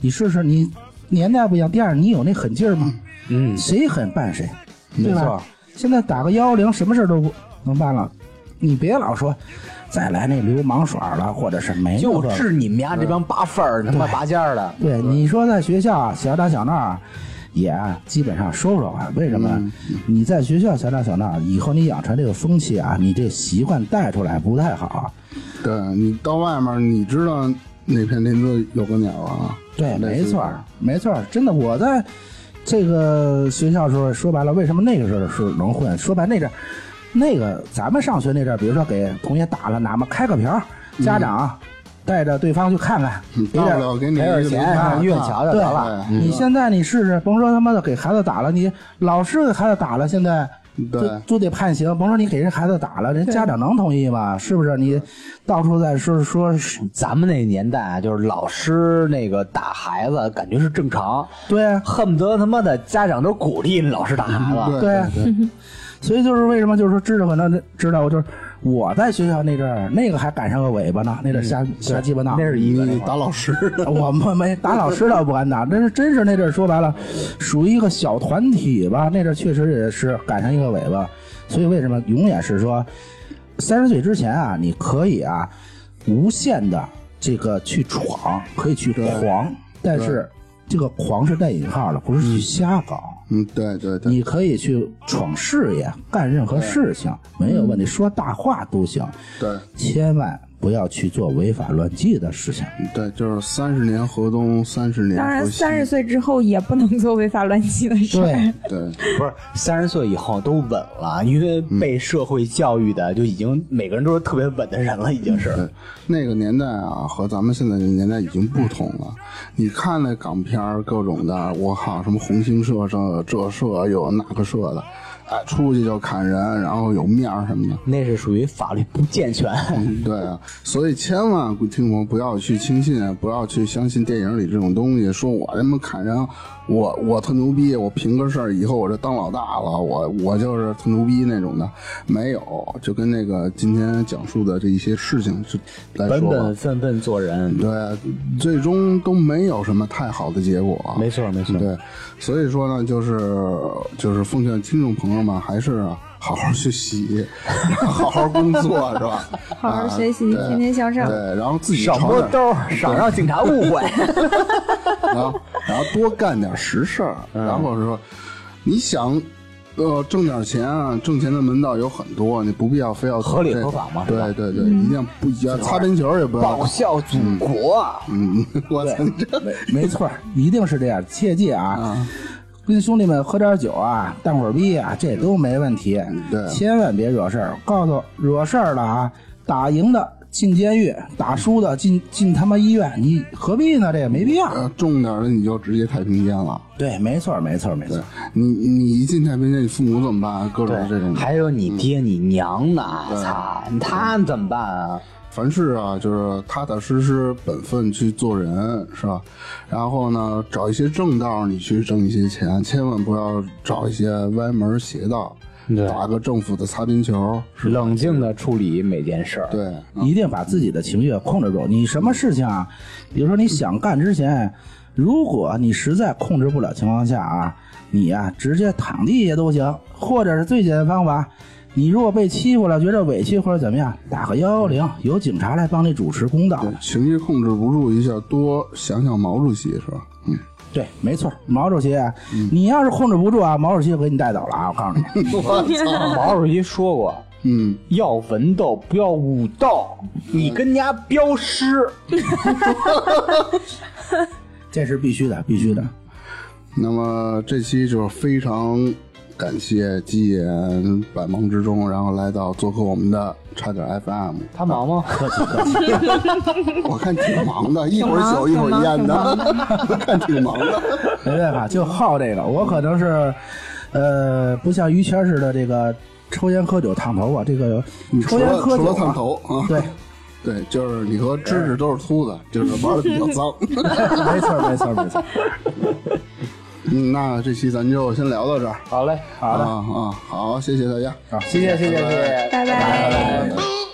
A: 你试试，你年代不一样，第二你有那狠劲儿吗？
G: 嗯，
A: 谁狠办谁，对
G: 没
A: 吧
G: 错？
A: 现在打个幺幺零，什么事儿都能办了。你别老说再来那流氓耍了，或者是没有
G: 就
A: 这个
G: 是嗯你们家这帮八分儿他妈拔尖儿的，
A: 对，你说在学校啊小打小闹啊，也啊基本上收收啊。为什么？
G: 嗯
A: 你在学校小打小闹，以后你养成这个风气啊，你这习惯带出来不太好。
F: 对你到外面，你知道哪片林子有个鸟啊？
A: 对，
F: 类
A: 没
F: 似于
A: 错儿，没错儿，真的，我在这个学校的时候，说白了，为什么那个时候是能混？说白那阵儿，那个咱们上学那阵儿，比如说给同学打了，哪怕开个瓢儿，家
F: 嗯
A: 长啊带着对方去看看，
F: 你
A: 给
F: 到
A: 点哎
F: 不了嗯给你
G: 赔点钱啊上医院瞧瞧得
A: 啊对
G: 了。
F: 嗯
A: 你现在你试试，甭说他妈的给孩子打了，你老师给孩子打了，现在
F: 对
A: 就，就得判刑。甭说你给人孩子打了，人家长能同意吗？是不是？
F: 嗯
A: 你到处在说说，
G: 咱们那年代啊，就是老师那个打孩子，感觉是正常，
A: 对啊，
G: 恨不得他妈的家长都鼓励老师打孩子。
F: 对
A: 对啊所以就是为什么就是说知道可能知道，就是我在学校那阵儿，那个还赶上个尾巴呢，那阵儿瞎瞎鸡巴闹，
G: 嗯那是一个
F: 你打老师 的，
A: 我们没打老师倒不敢打，但是真是那阵儿说白了，属于一个小团体吧。那阵儿确实也是赶上一个尾巴，所以为什么永远是说，三十岁之前啊，你可以啊，无限的这个去闯，可以去狂，但是这个狂是带引号的，不是去瞎搞。
F: 嗯，对对对，
A: 你可以去闯事业，干任何事情没有问题，说大话都行，
F: 对
A: 千万不要去做违法乱纪的事情。
F: 对，就是三十年河东，三十年
E: 当然，
F: 河西，
E: 三十岁之后也不能 做违法乱纪的事儿。
A: 对，
F: 对，
G: 不是三十岁以后都稳了，因为被社会教育的就已经每个人都是特别稳的人了，已经是。
F: 对，那个年代啊，和咱们现在这个年代已经不同了。你看那港片儿各种的，我靠，什么红星社这这社有那个社的，哎，出去就砍人，然后有面儿什么的。
G: 那是属于法律不健全，
F: 嗯，对啊，所以千万听众不要去轻信，不要去相信电影里这种东西。说我他妈砍人，我我特牛逼，我凭个事儿，以后我这当老大了，我我就是特牛逼那种的，没有。就跟那个今天讲述的这一些事情是来
G: 本
F: 说吧，
G: 本分分做人。
F: 对，最终都没有什么太好的结果。
G: 没错，没错。
F: 对，所以说呢，就是就是奉劝听众朋友们，还是啊好好学习， 好好工作，是吧？
E: 好好学习，
F: 啊
E: 天天向上。
F: 对，然后自己
G: 少
F: 炒
G: 摸
F: 点
G: 兜儿，少让警察误会。
F: 然后啊然后多干点实事儿，
G: 嗯
F: 然后说你想。呃，挣点钱啊，挣钱的门道有很多，你不必要非要走
G: 合理
F: 这
G: 合法嘛是
F: 对
G: 吧
F: 对对，一定不要擦边球也不要
G: 报。效祖国，
F: 嗯，我操，你这
A: 没错儿，一定是这样，切记啊。跟兄弟们喝点酒啊，淡会儿逼啊，这都没问题。
F: 对
A: 千万别惹事儿。告诉惹事儿了啊，打赢的进监狱，打输的进进他妈医院，你何必呢？这也没必要。
F: 呃重点的你就直接太平间了。
A: 对，没错儿，没错儿，没错儿。
F: 你你一进太平间，你父母怎么办啊？各种这
G: 对，嗯
F: 种，
G: 还有你爹你娘呢，操，他们怎么办啊？
F: 凡事啊，就是踏踏实实、本分去做人，是吧？然后呢，找一些正道，你去挣一些钱，千万不要找一些歪门邪道，打个政府的擦边球，是吧？
G: 冷静的处理每件事儿。
F: 对，
A: 一定把自己的情绪控制住。你什么事情啊？比如说你想干之前，如果你实在控制不了情况下啊，你呀、直接躺地下都行，或者是最简单方法，你如果被欺负了，觉得委屈或者怎么样，打个幺幺零，有警察来帮你主持公道
F: 对。，情绪控制不住一下，多想想毛主席，是吧？嗯，
A: 对，没错，毛主席，啊你要是控制不住啊，毛主席就给你带走了啊！我告诉你，
G: 毛主席说过，
F: 嗯，
G: 要文斗不要武斗，你跟人家飙尸，
A: 这是必须的，必须的。
F: 那么这期就是非常感谢基野百忙之中，然后来到做客我们的差点 FM。
G: 他忙吗？
F: 我看挺忙的，一会儿酒一会儿烟的，我 看挺忙的。
A: 没办法，就好这个。我可能是，呃，不像于谦似的这个抽烟喝酒烫头啊，这个抽
F: 除
A: 烟
F: 了
A: 喝
F: 嗯
A: 酒
F: 除了
A: 啊
F: 烫头啊，
A: 对，
F: 对，就是你和芝芝都是秃子，就是玩的比较脏。
A: 没错儿没错儿没错儿。
F: 嗯，那这期咱就先聊到这儿。啊
G: 好嘞，
F: 好的啊，好，谢谢大家。
A: 好，谢谢谢谢谢谢。
E: 拜拜
D: Boo